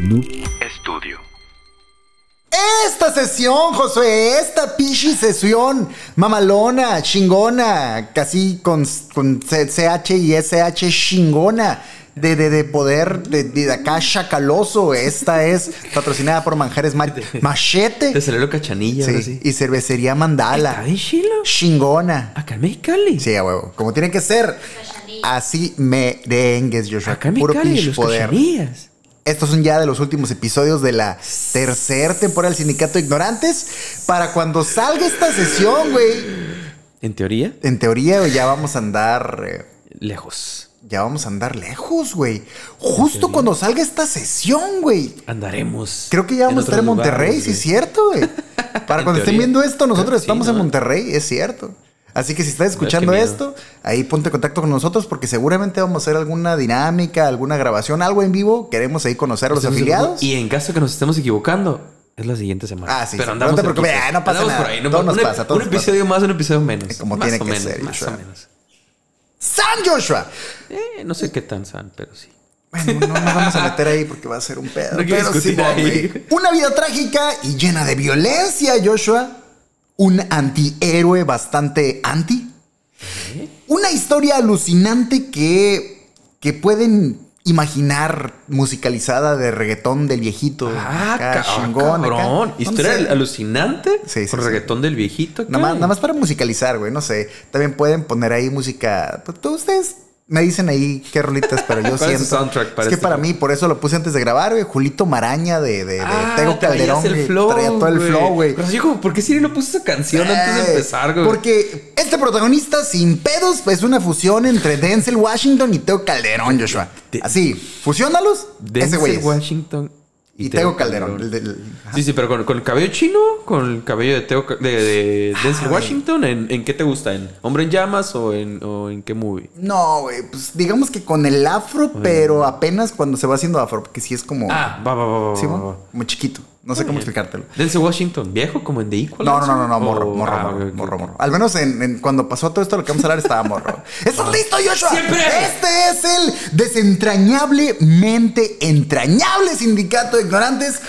Noob Estudio. Esta sesión, Josué, esta pichi sesión, mamalona, chingona, casi con, con CH y SH chingona, de, de, de poder, de, de acá chacaloso. Esta es patrocinada por Manjares Ma- Te Machete salió lo cachanilla, Sí, ahora sí. y Cervecería Mandala, ¿Está bien chilo? chingona. Acá en Mexicali. Sí, a huevo, como tiene que ser. Así merengues, Joshua. Acá en Puro Mexicali, pinche los poder. cachanillas. Estos son ya de los últimos episodios de la tercera temporada del Sindicato de Ignorantes. Para cuando salga esta sesión, güey. En teoría, En teoría, güey, ya vamos a andar. eh, lejos. ya vamos a andar lejos, güey. Justo cuando salga esta sesión, güey. Andaremos. Creo que ya vamos a estar en otros Monterrey, lugares, sí, es güey. cierto, güey. Para En cuando estén teoría. viendo esto, nosotros Sí, estamos en ¿no? Monterrey, es cierto. Así que si estás escuchando miedo. esto, ahí ponte en contacto con nosotros porque seguramente vamos a hacer alguna dinámica, alguna grabación, algo en vivo. Queremos ahí conocer a los Estamos afiliados. Y en caso que nos estemos equivocando, es la siguiente semana. Ah, sí, sí. Pero andamos No te preocupes, cerquita. ah, no pasa Andamos nada. por ahí, no Todo pa- nos un, pasa, todo un nos pasa. Eh, episodio más, un episodio menos. Como más tiene o que menos, ser, Más Joshua. o menos. ¡San Joshua! Eh, no sé qué tan san, pero sí. Bueno, no nos vamos a meter ahí porque va a ser un pedo. No quiero pero discutir sí, ahí. güey. Una vida trágica y llena de violencia, Joshua. Un antihéroe bastante anti. Una historia alucinante que, que pueden imaginar musicalizada de reggaetón del viejito. Ah, acá, ca- chingón, acá. cabrón. No Historia sé. alucinante. Sí, sí, Con sí. reggaetón del viejito. Nada más, acá. nada más para musicalizar, güey, no sé. También pueden poner ahí música. Pues todos ustedes me dicen ahí qué rolitas, pero yo ¿Cuál es el siento. soundtrack para es que este para juego? mí, por eso lo puse antes de grabar, güey. Julito Maraña de, de, de Ah, Tego traías Calderón. el güey, flow, traía todo el güey. flow, güey. Pero yo como, ¿por qué Siri no puso esa canción antes de Eh, empezar, güey? Porque este protagonista sin pedos es una fusión entre Denzel Washington y Teo Calderón, Joshua. De- Así, fusiónalos, ese Denzel güey es. Washington Y Tego Calderón. el del- ajá. Sí, sí, pero con, con el cabello chino, con el cabello de Teo, Ca- de, de Denzel güey. Washington, ¿en, en qué te gusta? ¿En Hombre en Llamas o en, o en qué movie? No, güey, pues digamos que con el afro, pero apenas cuando se va haciendo afro, porque sí es como... Ah, va, va, va, va, ¿Sí, va, mo? va. Como chiquito. No sé cómo explicártelo. Denzel Washington, viejo como en The Equal. No, no, no, no, no, morro, morro, ah, morro, ok, ok. morro, morro. Al menos en, en cuando pasó todo esto lo que vamos a hablar estaba morro. ¡Estás listo, Joshua! ¡Siempre! Este es el desentrañablemente entrañable sindicato de ignorantes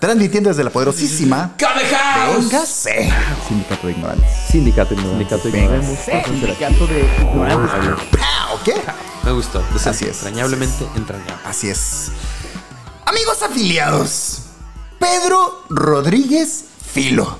transmitiendo desde la poderosísima... Cable House. Véngase. Sindicato de ignorantes. Sindicato Sindicato Véngase. Sindicato de ignorantes. Pow, ¿Qué? Me gustó. Es Así así, es, entrañablemente entrañable. Así es. Amigos afiliados. Pedro Rodríguez Filo.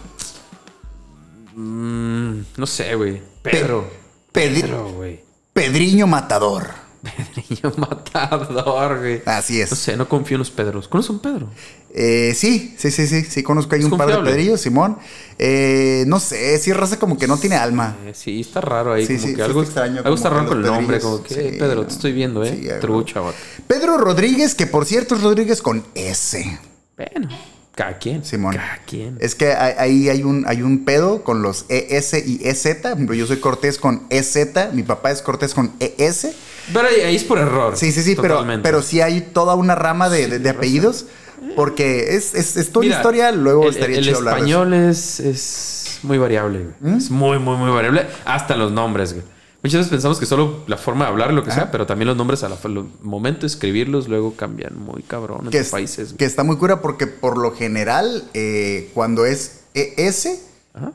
Mm, No sé, güey. Pedro. Pedri- Pedro, güey. Pedriño Matador. Pedriño matador, güey. Así es. No sé, no confío en los Pedros. ¿Conoces un Pedro? Eh, sí, sí, sí, sí, sí, conozco ahí Es un par de confiable. pedrillos, Simón. Eh, no sé, sí, raza como que no tiene alma. Eh, sí, está raro ahí. Sí, como sí, sí que algo, está extraño, algo está como raro que con el los nombre. pedrillos, Como que, "Eh, sí, Pedro, no. te estoy viendo, ¿eh? Sí, algo. Trucha, vato. Pedro Rodríguez, que por cierto es Rodríguez con S, Bueno, cada quien. Simón. Cada quien. Es que hay- ahí hay un, hay un pedo con los ES y EZ. Por ejemplo, Yo soy Cortés con EZ, mi papá es Cortés con ES. Pero ahí, ahí es por error. Sí, sí, sí, pero, totalmente. pero sí hay toda una rama de, de- de apellidos. Porque es, es, es toda una Mira, historia, luego el, estaría el chido hablar de eso. ¿Mm? español es, es muy variable, güey. Es muy, muy, muy variable. Hasta los nombres, güey. Muchas veces pensamos que solo la forma de hablar, lo que sea, pero también los nombres al momento de escribirlos luego cambian muy cabrón en que, los es- países. güey. que está muy cura porque por lo general eh, cuando es ES Ajá.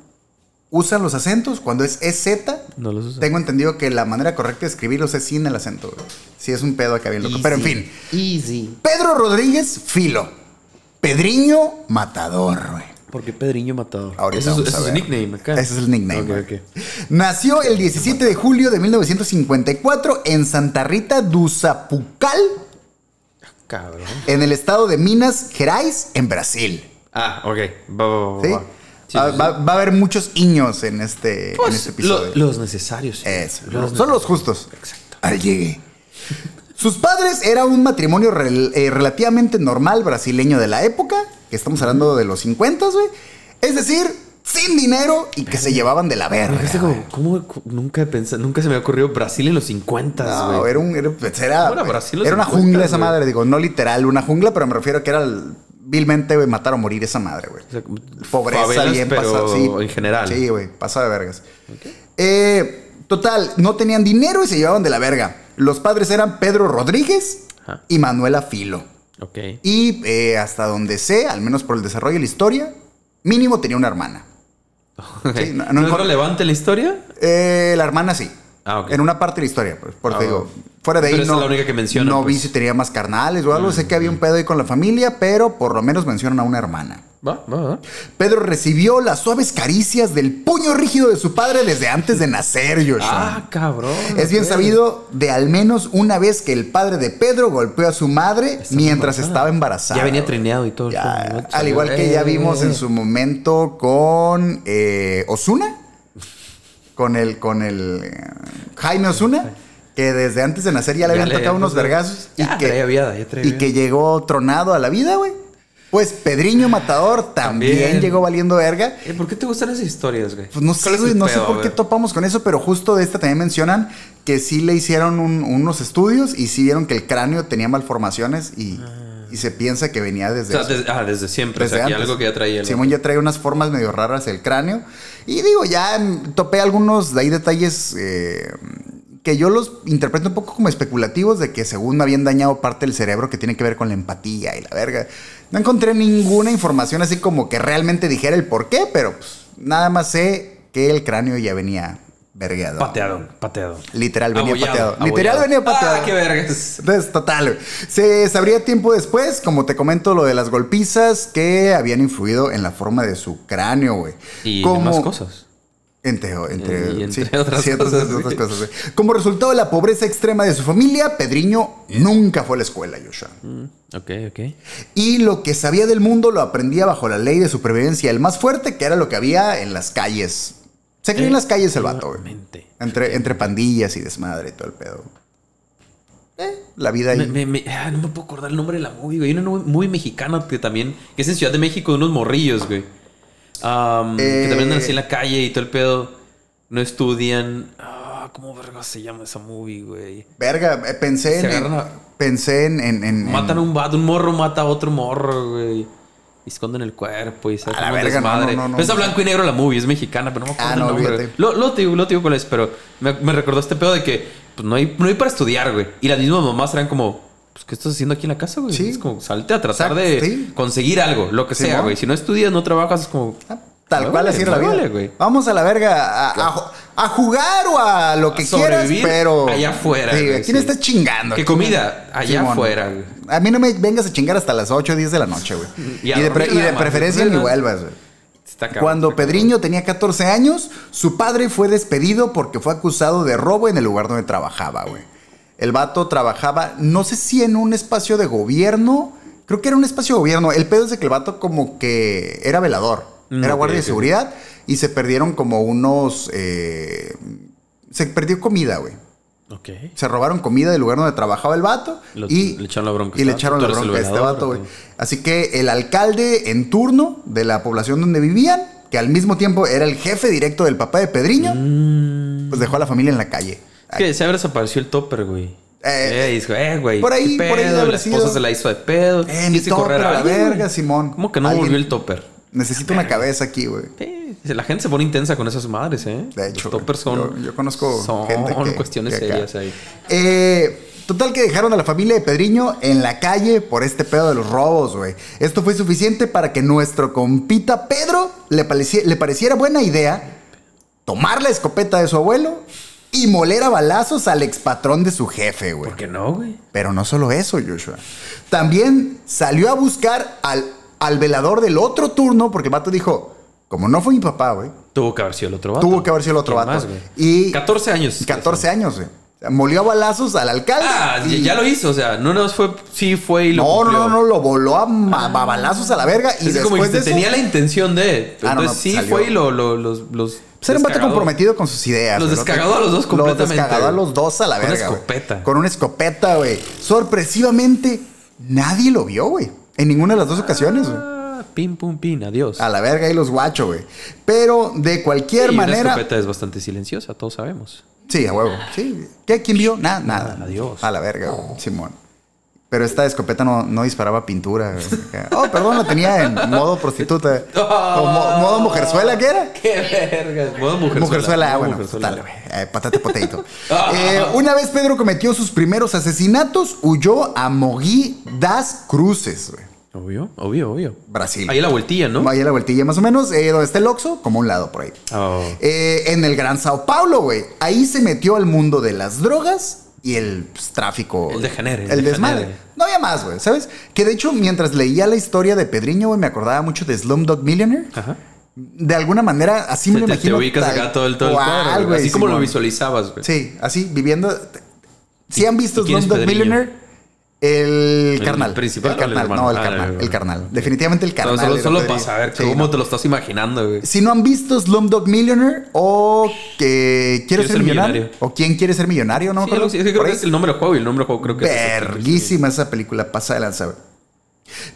usan los acentos, cuando es EZ No los usan. tengo entendido que la manera correcta de escribirlos es sin el acento. Si es un pedo acá bien loco, pero en fin. Easy. Pedro Rodríguez Filo. Pedriño Matador, güey. Porque Pedriño Matador. Ahorita Ese es, vamos a ese es su ver. nickname acá. Ese es el nickname. Ok, güey. ok. Nació el 17 de julio de 1954 en Santa Rita do Sapucal, Cabrón. en el estado de Minas Gerais, en Brasil. Ah, ok. Va, va, va, va, ¿Sí? va. Sí, va, sí, Ah, va- va a haber muchos niños en este, en este Pues, lo- episodio. los necesarios. sí. Eso, Los son necesarios. los justos. Exacto. Al llegue. Sus padres era un matrimonio rel- eh, relativamente normal brasileño de la época, que estamos hablando de los 50, güey. Es decir, sin dinero y que se llevaban de la Me verga. dejaste güey. este como, ¿cómo, cu- nunca, he pensado- nunca se me ha ocurrido Brasil en los 50, güey. No, era, un, era, pues, era- ¿Cómo era Brasil los era una 50, jungla esa güey? madre, digo, no literal una jungla, pero me refiero que era el- vilmente, güey, matar o morir esa madre, güey. O sea, como Pobreza favelas, bien pero pasada, sí. en general. Sí, güey, pasada de vergas. Eh, total, no tenían dinero y se llevaban de la verga. Los padres eran Pedro Rodríguez Ajá. y Manuela Filo. Ok. Y eh, hasta donde sé, al menos por el desarrollo de la historia, mínimo tenía una hermana. Sí, no- ¿No, no es encont- relevante la historia? Eh, la hermana sí. Ah, ok. En una parte de la historia, pues, por eso Ah, digo. ok. Fuera de ahí Pero esa no, es la única que mencionan, no vi pues. Mm, si tenía más carnales o algo. sé que había un pedo ahí con la familia, pero por lo menos mencionan a una hermana. Va, va, va. Pedro recibió las suaves caricias del puño rígido de su padre desde antes de nacer, Joshua. Ah, cabrón. Es bien ok. sabido de al menos una vez que el padre de Pedro golpeó a su madre mientras embarazada. estaba embarazada. Ya venía trineado y todo. el Ya, show, ¿no? Eh, al igual que ya vimos en su momento con eh, Osuna, con el, con el eh, Jaime Osuna, que desde antes de nacer ya le Ya habían le tocado habían unos puesto- vergazos y, Ya traía que, viada, ya traía y que viada. llegó tronado a la vida, güey. Pues Pedriño Matador también, También. llegó valiendo verga. Eh, ¿Por qué te gustan esas historias, güey? Pues no sé, ¿Cuál es güey, el no sé pedo, por qué güey? topamos con eso, pero justo de esta también mencionan que sí le hicieron un- unos estudios y sí vieron que el cráneo tenía malformaciones y, y se piensa que venía Ah. O desde sea, eso. desde, ah, desde siempre. Desde o sea, que antes. algo que ya traía. el- Simón ya trae unas formas medio raras el cráneo. Y digo, ya mm, topé algunos de ahí detalles eh, que yo los interpreto un poco como especulativos de que según me habían dañado parte del cerebro que tiene que ver con la empatía y la verga. No encontré ninguna información así como que realmente dijera el por qué, pero pues nada más sé que el cráneo ya venía vergueado. Pateado, pateado. Literal, venía Abollado, pateado. abollado. Literal, venía pateado. Ah, qué vergas. Entonces, total, güey. Se sabría tiempo después, como te comento, lo de las golpizas que habían influido en la forma de su cráneo, güey. Y Como- más cosas. Entre, entre, Y entre sí, otras sí, cosas, sí. otras cosas, güey. Como resultado de la pobreza extrema de su familia, Pedriño nunca fue a la escuela, Joshua. Mm, Ok, ok. Y lo que sabía del mundo lo aprendía bajo la ley de supervivencia, el más fuerte, que era lo que había en las calles. Se crió en las calles el vato, güey. Efectivamente. Entre, entre pandillas y desmadre y todo el pedo. Eh, la vida ahí. Me- me- me- ah, no me puedo acordar el nombre de la movie, güey. Hay una movie muy mexicana que también. Que es en Ciudad de México, de unos morrillos, güey. Am, Eh. Que también andan así en la calle y todo el pedo. No estudian. Ah, ¿cómo verga se llama esa movie, güey? Verga, eh, pensé en, Se agarran a- pensé en, en- en- en- Matan a un vato, un morro mata a otro morro, güey. Y esconden el cuerpo y se A hacen la un verga, no, desmadre. no, no, no. Pero está blanco y negro la movie, es mexicana, pero no me acuerdo Ah, el no, nombre, olvídate. güey. Lo, lo te digo, lo te digo cuál es, pero me, me recordó este pedo de que pues, no, hay, no hay para estudiar, güey. Y las mismas mamás eran como, pues, ¿qué estás haciendo aquí en la casa, güey? Sí. Es como, salte a tratar Exacto, de sí. conseguir algo, lo que sea, Simón. güey. Si no estudias, no trabajas, es como... Ah, Tal "Me cual vale, así era la me vida. vale, güey. Vamos a la verga a, a ju- a jugar o a lo que quieras, sobrevivir pero. allá afuera, Sí, güey, ¿a ¿quién sí. está chingando? ¿Qué ¿Quién- comida? Allá Simón. afuera, güey. A mí no me vengas a chingar hasta las 8 o 10 de la noche, güey. Y Y, a de, dormir pre- y nada de más, preferencia güey. ni vuelvas, güey. Está cabrón, Cuando está cabrón. Pedriño tenía 14 años, su padre fue despedido porque fue acusado de robo en el lugar donde trabajaba, güey. El vato trabajaba, no sé si en un espacio de gobierno, creo que era un espacio de gobierno. El pedo es de que el vato como que era velador, Mm, era ok, guardia ok. de seguridad y se perdieron como unos... eh, se perdió comida, güey. Ok. Se robaron comida del lugar donde trabajaba el vato. Lo- y le echaron la bronca a Y este le vato. echaron Tú la eres el bronca a este velador, vato, güey. ok. Así que el alcalde en turno de la población donde vivían, que al mismo tiempo era el jefe directo del papá de Pedriño, Mm. pues dejó a la familia en la calle. Es que se habrá desaparecido el topper, güey. Eh, Eh, dijo, eh, güey. por ahí- qué por ahí pedo, debe haber La sido. esposa se la hizo de pedo. Eh, mi quise correr topper, a la alguien, güey. verga, Simón. ¿Cómo que no Alguien- volvió el topper? Necesito una cabeza aquí, güey. Eh, la gente se pone intensa con esas madres, ¿eh? De hecho, Los toppers son. yo- yo conozco son gente que- cuestiones que acá. serias ahí. Eh, total que dejaron a la familia de Pedriño en la calle por este pedo de los robos, güey. Esto fue suficiente para que nuestro compita Pedro le, pareci- le pareciera buena idea tomar la escopeta de su abuelo y moler a balazos al expatrón de su jefe, güey. ¿Por qué no, güey? Pero no solo eso, Joshua. También salió a buscar al, al velador del otro turno porque el vato dijo, como no fue mi papá, güey, Tuvo que haber sido el otro vato. Tuvo que haber sido el otro ¿Quién vato. más, güey? Y- 14 años. 14 años, güey. O sea, Molió a balazos al alcalde. Ah, y- ya lo hizo, o sea, no nos fue. Sí fue y lo. no, no, cumplió. no, no, lo voló a, ma- a balazos a la verga. Y Es después como que de eso, tenía la intención de. Ah, no, Entonces no, sí salió. fue y lo, lo- los. los pues era un vato descagó. comprometido con sus ideas. Los güey. descagó a los dos Los completamente, descagó a güey. los dos a la Con una verga. güey. escopeta. Con una escopeta, güey. Sorpresivamente, nadie lo vio, güey. En ninguna de las dos ocasiones, güey. Ah, pim, pum, pim, adiós. A la verga y los guacho, güey. Pero de cualquier Y Una manera. escopeta es bastante silenciosa, todos sabemos. Sí, a huevo. Sí. ¿Qué? ¿Quién vio? Nada, nada. Adiós. A la verga, güey. Simón. Pero esta escopeta no, no disparaba pintura. güey. Oh, perdón, la tenía en modo prostituta. O mo- modo mujerzuela, ¿qué era? ¡Qué vergas! Modo mujerzuela. Mujerzuela, modo ah, bueno, mujerzuela. total, güey. Eh, patata potato. Ah. Eh, una vez Pedro cometió sus primeros asesinatos, huyó a Moguí das Cruces, güey, Obvio, obvio, obvio. Brasil. Ahí la vueltilla, ¿no? Ahí a la vueltilla, más o menos, eh, donde está el Oxxo, como a un lado por ahí. Oh. Eh, en el Gran Sao Paulo, güey. Ahí se metió al mundo de las drogas y el pues, tráfico. El degenere, el El, desmadre. degenere. No había más, güey, ¿sabes? Que de hecho, mientras leía la historia de Pedriño, güey, me acordaba mucho de Slumdog Millionaire. Ajá. De alguna manera, así Te, me lo te- te imagino. ubicas tal acá todo el todo el cual, cuadro, güey. güey, Así como lo Simón. visualizabas, güey. Sí, así, viviendo. Si ¿Y- han visto y quién es Slumdog Pedriño? Millionaire, el carnal. principal El o el carnal, hermano? no, el Ah, carnal. el- El carnal. Definitivamente el carnal. No, solo era solo Pedriño. para saber Sí, cómo no. te lo estás imaginando, güey. Si no han visto Slumdog Millionaire o que quiere ser, ser millonario, millonario. o quién quiere ser millonario, no me Sí, algo acuerdo. así. Es que creo Por que ahí. es el nombre del juego y el nombre del juego creo que es. Verguísima esa película, pasa de lanza, güey.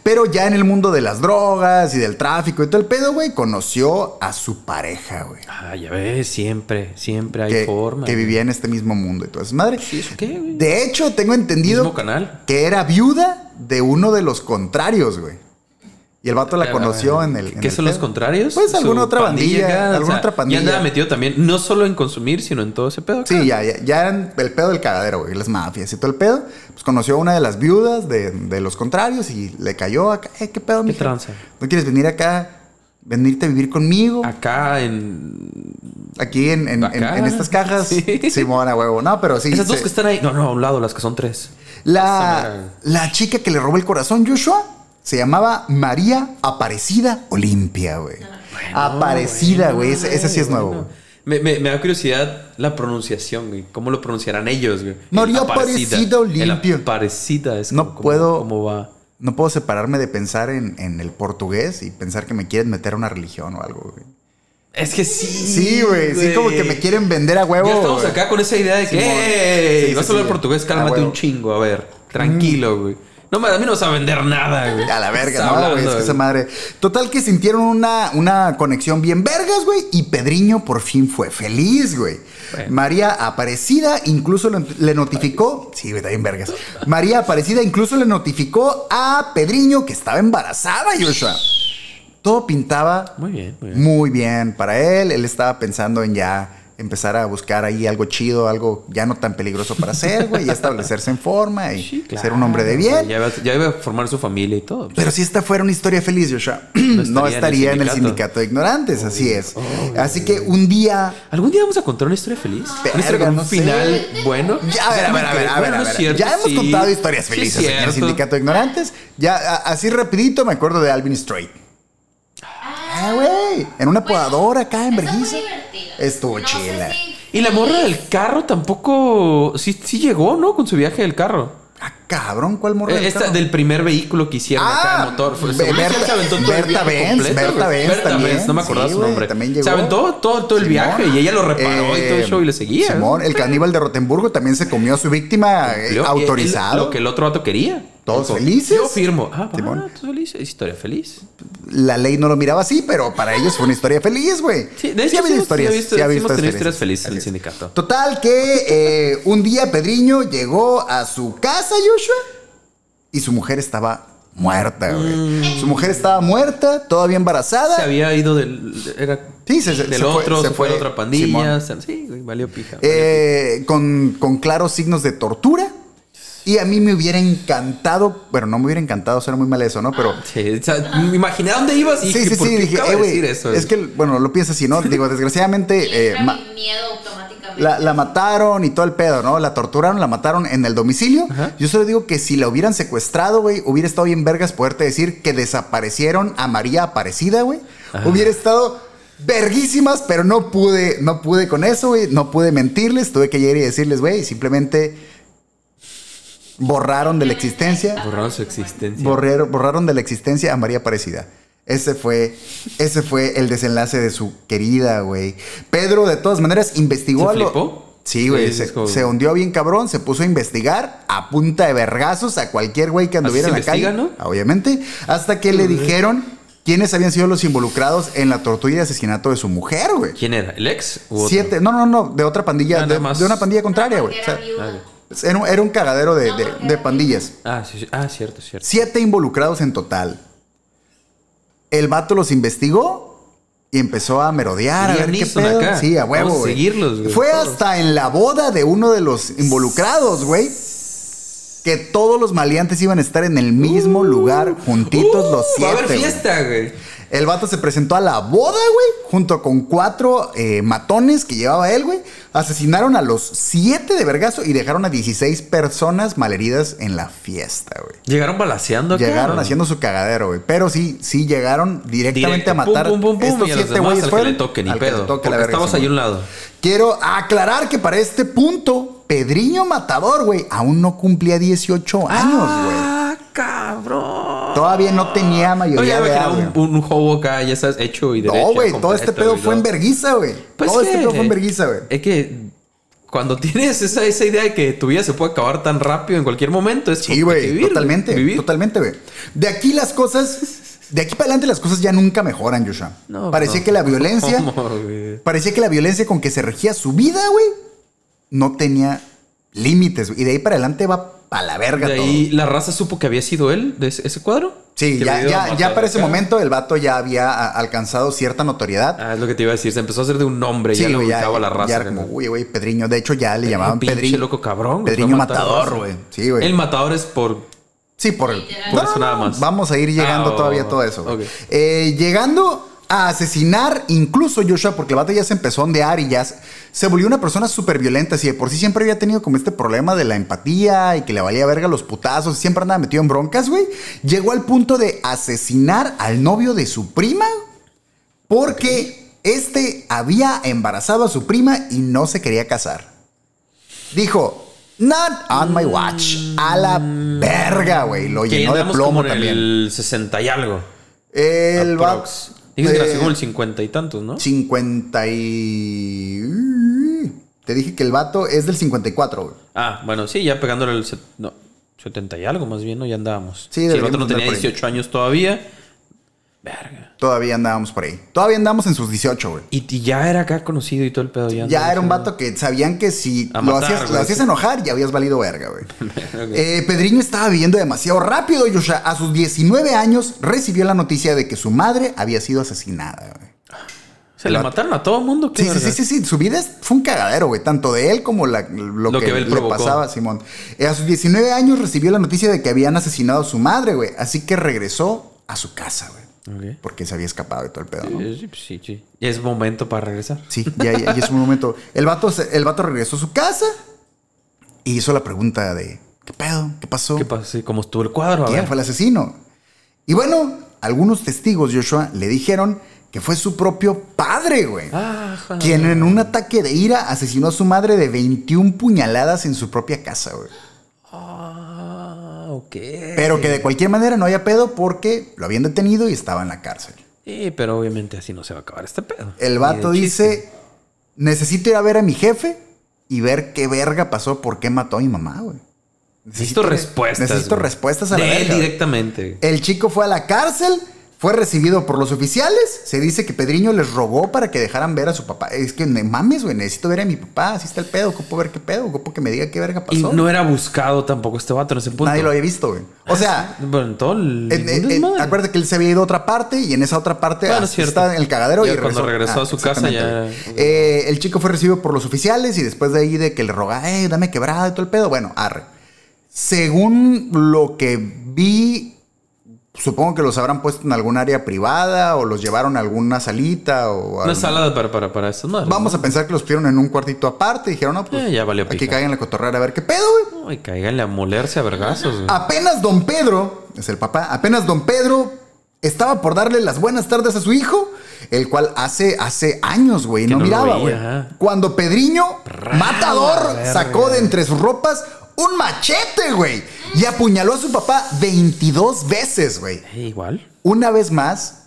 Pero ya en el mundo de las drogas y del tráfico y todo el pedo, güey, conoció a su pareja, güey. Ah, ya ves, siempre, siempre hay Que, forma. que güey. vivía en este mismo mundo y toda esa madre. Sí, ¿eso qué, güey? De hecho, tengo entendido Mismo canal. que era viuda de uno de los contrarios, güey. Y el vato la conoció en el. en ¿Qué el son los pedo. contrarios? Pues Su alguna otra bandilla, acá, alguna otra Y andaba pandilla. metido también, no solo en consumir, sino en todo ese pedo. acá. Sí, ya, ya, ya eran el pedo del cagadero, güey, las mafias y todo el pedo. Pues conoció a una de las viudas de, de los contrarios y le cayó acá. Eh, ¿Qué pedo, ¿Qué mija? tranza? ¿No quieres venir acá? Venirte a vivir conmigo. Acá en. Aquí en, en- en- Acá. en estas cajas. Sí. Simona, huevo. No, pero sí. Esas dos se- que están ahí. No, no, a un lado, las que son tres. la, la chica que le robó el corazón, Joshua, se llamaba María Aparecida Olimpia, güey. Aparecida, Ah, güey. Ese, ese sí es nuevo. bueno. güey. Me, me- me da curiosidad la pronunciación, güey. ¿Cómo lo pronunciarán ellos, güey? María El Aparecida El Olimpio. Aparecida es No como- como- puedo- ¿Cómo va? No puedo separarme de pensar en, en el portugués y pensar que me quieren meter a una religión o algo, güey. Es que sí. Sí, güey. Sí, como que me quieren vender a huevo. Ya estamos güey. acá con esa idea de que, Simón. "Ey, Sí, sí, vas a sí, hablar güey. portugués, Ah, cálmate huevo. Mm. un chingo, a ver, tranquilo, güey. No, ma- a mí no vas a vender nada, güey. A la verga, Estás no, hablando, güey, es que güey. esa madre. Total que sintieron una, una conexión bien vergas, güey, y Pedriño por fin fue feliz, güey. Bueno. María Aparecida incluso le, le notificó, sí, güey, está bien vergas. María Aparecida incluso le notificó a Pedriño que estaba embarazada, Joshua. Todo pintaba Muy bien, muy bien. muy bien para él. Él estaba pensando en ya empezar a buscar ahí algo chido, algo ya no tan peligroso para hacer, güey, y establecerse en forma y Sí, claro, ser un hombre de bien. güey, Ya iba, ya iba a formar su familia y todo. Pero si esta fuera una historia feliz, Joshua, no estaría, en, el sindicato de ignorantes, así es. así que un día... ¿Algún día vamos a contar una historia feliz? Verga, ¿Una historia con un no sé. final bueno? Ya, a ver, a ver, a ver, a ver, Bueno, a no es ver. cierto, ya hemos sí. contado historias Sí, felices es aquí en el cierto. sindicato de ignorantes. Ya, a- así rapidito me acuerdo de Alvin Strait. Ah, güey. En una podadora acá en Eso fue Berguisa. divertido. Estuvo No sé chila. si- Y la morra del carro tampoco... Sí, sí llegó, ¿no? Con su viaje del carro. Ah, cabrón, ¿cuál morro? Eh, Esta del primer vehículo que hicieron acá, el motor. Fue- Be- según Ah, Berta- yo, se aventó todo el Berta viaje Benz, completo, Berta güey. Benz Berta también, Benz, no me acordaba sí, su güey, nombre. también llegó. Se aventó todo, todo el viaje y ella lo reparó y todo el show y le seguía. Eh, Simón, el caníbal de Rotemburgo también se comió a su víctima eh, Lo- autorizado. Lo que el otro vato quería. Todos Dijo, felices. Yo firmo. Ah, va, Simón. todos felices. Historia feliz. la ley no lo miraba así, pero para ellos fue una historia feliz, güey. Sí, de hecho, ha habido sí, sí, he visto- ha habido sí hemos tenido historias historias felices en Así el es. sindicato. Total que eh, un día Pedriño llegó a su casa, Joshua, y su mujer estaba muerta, güey. Su mujer estaba muerta, todavía embarazada. Mm. Se había ido del. Era Sí, se- se- del se fue- otro, se se, fue a fue, otra pandilla. Simón. se- sí, güey, valió pija. Eh, con, con claros signos de tortura. Y a mí me hubiera encantado, bueno, no me hubiera encantado, suena muy mal eso, ¿no? Pero Sí, o sea, me imaginé a dónde ibas y sí, dije, sí, ¿por sí, qué dije, acaba eh, de güey, decir eso? es que, bueno, lo piensas así, ¿no? Digo, desgraciadamente, eh, Entra ma- mi miedo automáticamente. la, la mataron y todo el pedo, ¿no? La torturaron, la mataron en el domicilio. Ajá. Yo solo digo que si la hubieran secuestrado, güey, hubiera estado bien vergas poderte decir que desaparecieron a María Aparecida, güey. Hubiera estado verguísimas, pero no pude, no pude con eso, güey. No pude mentirles, tuve que llegar y decirles, güey, simplemente borraron de la existencia. Borraron su existencia. Borraron, borraron de la existencia a María Parecida. Ese fue, ese fue el desenlace de su querida, güey. Pedro, de todas maneras, investigó ¿Se a lo- flipó? Sí, güey. Sí, se, es como- se hundió bien cabrón, se puso a investigar a punta de vergazos a cualquier güey que anduviera en Así la se calle. investiga, Obviamente. Hasta que le dijeron quiénes habían sido los involucrados en la tortura y asesinato de su mujer, güey. ¿Quién era? ¿El ex? u otro? Siete, no, no, no, de otra pandilla, Ah, de, nada más. de una pandilla contraria, güey. Porque O era sea, viuda. Era un, era un cagadero de, de- de pandillas. Ah, sí, sí. Ah, cierto, cierto. Siete involucrados en total. El vato los investigó y empezó a merodear, a Liam ver qué Neeson pedo. acá. Sí, a huevo, Vamos a güey. seguirlos, güey, Fue todos. hasta en la boda de uno de los involucrados, güey. Que todos los maleantes iban a estar en el mismo lugar, juntitos los Va siete. Uh, a haber güey. fiesta, güey. El vato se presentó a la boda, güey, junto con cuatro eh, matones que llevaba él, güey. Asesinaron a los siete de vergazo y dejaron a 16 personas malheridas en la fiesta, güey. Llegaron balaseando acá. Llegaron haciendo su cagadero, güey. Pero sí, sí llegaron directamente Directo, a matar pum, pum, pum, pum, estos y a los siete demás güeyes al que fueron le toque, ni al que le pedo. toque la porque verga, estamos sí, ahí a güey. un lado. Quiero aclarar que para este punto, Pedriño Matador, güey, aún no cumplía 18 años, güey. Ah, cabrón. Todavía no tenía mayoría Oye, me de edad, imaginaba güey. un, un juego acá, ya sabes, hecho y derecho. No, güey, todo este completo, pedo güey, fue en todo. verguiza, güey. Pues todo es este que- pedo fue en verguiza, güey. Es que cuando tienes esa, esa idea de que tu vida se puede acabar tan rápido en cualquier momento, es Sí, como que güey, vivir, totalmente, Vivir. totalmente, güey. De aquí las cosas, de aquí para adelante las cosas ya nunca mejoran, Joshua. No, parecía no. que la violencia, ¿Cómo, güey? parecía que la violencia con que se regía su vida, güey, no tenía límites. güey. Y de ahí para adelante va para la verga De todo. ahí la raza supo que había sido él, de ese, ese cuadro. Sí, Que ya, había ido ya, a ya matar para ese acá. momento el vato ya había a- alcanzado cierta notoriedad. Ah, es lo que te iba a decir. Se empezó a hacer de un nombre. sí, ya lo güey, ya, ubicaba la ya raza. era acá, como, ¿no? uy, güey, Pedriño. De hecho, ya le Era un llamaban pinche Pedriño. loco cabrón. güey, Pedriño fue a matar matador, raza. güey. Sí, güey. El matador es por. Sí, por, el- Literal. Por eso nada más. Vamos a ir llegando Ah, oh, todavía a todo eso. güey. ok. Eh, llegando a asesinar incluso Joshua, porque el vato ya se empezó a ondear y ya se- se volvió una persona súper violenta. Así de por sí siempre había tenido como este problema de la empatía y que le valía verga los putazos. Siempre andaba metido en broncas, güey. Llegó al punto de asesinar al novio de su prima porque este había embarazado a su prima y no se quería casar. Dijo, not on my watch. A la verga, güey. Lo Que llenó de andamos plomo como en también. el 60 y algo. El va- aprox. Dices que eh, nació como el 50 y tantos, ¿no? 50 y... Te dije que el vato es del 54, güey. Ah, bueno, sí, ya pegándole el set- no, 70 y algo más bien, ¿no? Ya andábamos. Sí, Sí, el deberíamos otro no andar tenía por ahí. 18 años todavía. Verga. Todavía andábamos por ahí. Todavía andábamos en sus 18, güey. Y, y ya era acá conocido y todo el pedo. Ya, Ya andaba era un diciendo- vato que sabían que si A lo, matar, hacías, lo güey. hacías enojar, ya habías valido verga, güey. Eh, Pedriño estaba viviendo demasiado rápido, Joshua. A sus 19 años recibió la noticia de que su madre había sido asesinada, güey. Se le mataron a todo mundo. qué Sí, sí, verga. sí, sí, sí. Su vida es- fue un cagadero, güey. Tanto de él como la- lo, Lo que, que él le provocó. pasaba a Simón. Eh, a sus 19 años recibió la noticia de que habían asesinado a su madre, güey. Así que regresó a su casa, güey. Ok. Porque se había escapado y todo el pedo, ¿no? Eh, Sí, sí, sí. Ya es momento para regresar. Sí, ya, ya- ya es un momento. El vato, se- el vato regresó a su casa y hizo la pregunta de: ¿Qué pedo? ¿Qué pasó? ¿Qué pasa? Sí, ¿Cómo estuvo el cuadro? A ¿Quién ver. fue el asesino? Y bueno, algunos testigos, Joshua, le dijeron que fue su propio padre, güey. Ah, joder. Quien en un ataque de ira asesinó a su madre de 21 puñaladas en su propia casa, güey. Ah, ok. Pero que de cualquier manera no había pedo porque lo habían detenido y estaba en la cárcel. Sí, pero obviamente así no se va a acabar este pedo. El vato Ni de chiste. dice, necesito ir a ver a mi jefe y ver qué verga pasó, por qué mató a mi mamá, güey. Necesito respuestas. Necesito güey. respuestas a la De él verga, güey. directamente. El chico fue a la cárcel, fue recibido por los oficiales. Se dice que Pedriño les rogó para que dejaran ver a su papá. Es que ne- mames, güey, necesito ver a mi papá. Así está el pedo, ocupo ver qué pedo, ocupo que me diga qué verga Y pasó. no era buscado tampoco este vato en ese punto. Ah, Nadie lo había visto, güey. O sea, Bueno, en todo el en- en- mundo es en- madre. Eh, acuérdate que él se había ido a otra parte y en esa otra parte Bueno, ah, es cierto. estaba en el cagadero Ya y Ah, cuando regresó a su casa ya- exactamente, güey. Eh, el chico fue recibido por los oficiales y después de ahí de que le rogaba, eh, dame quebrada y todo el pedo. Bueno, arre. Según lo que vi Supongo que los habrán puesto en algún área privada o los llevaron a alguna salita o a- Una sala de- para, para, para estas madres. Vamos a pensar que los pusieron en un cuartito aparte y dijeron, no, pues Eh, ya valió aquí pica. caigan la cotorrera a ver qué pedo, güey. ¿no? Ay, cáiganle a molerse a vergazos, güey. Apenas don Pedro, es el papá, apenas don Pedro estaba por darle las buenas tardes a su hijo, el cual hace, hace años, güey, no, no lo miraba, veía, güey. ajá. Cuando Pedriño, matador, verga. sacó de entre sus ropas un machete, güey, y apuñaló a su papá 22 veces, güey. Eh, igual. una vez más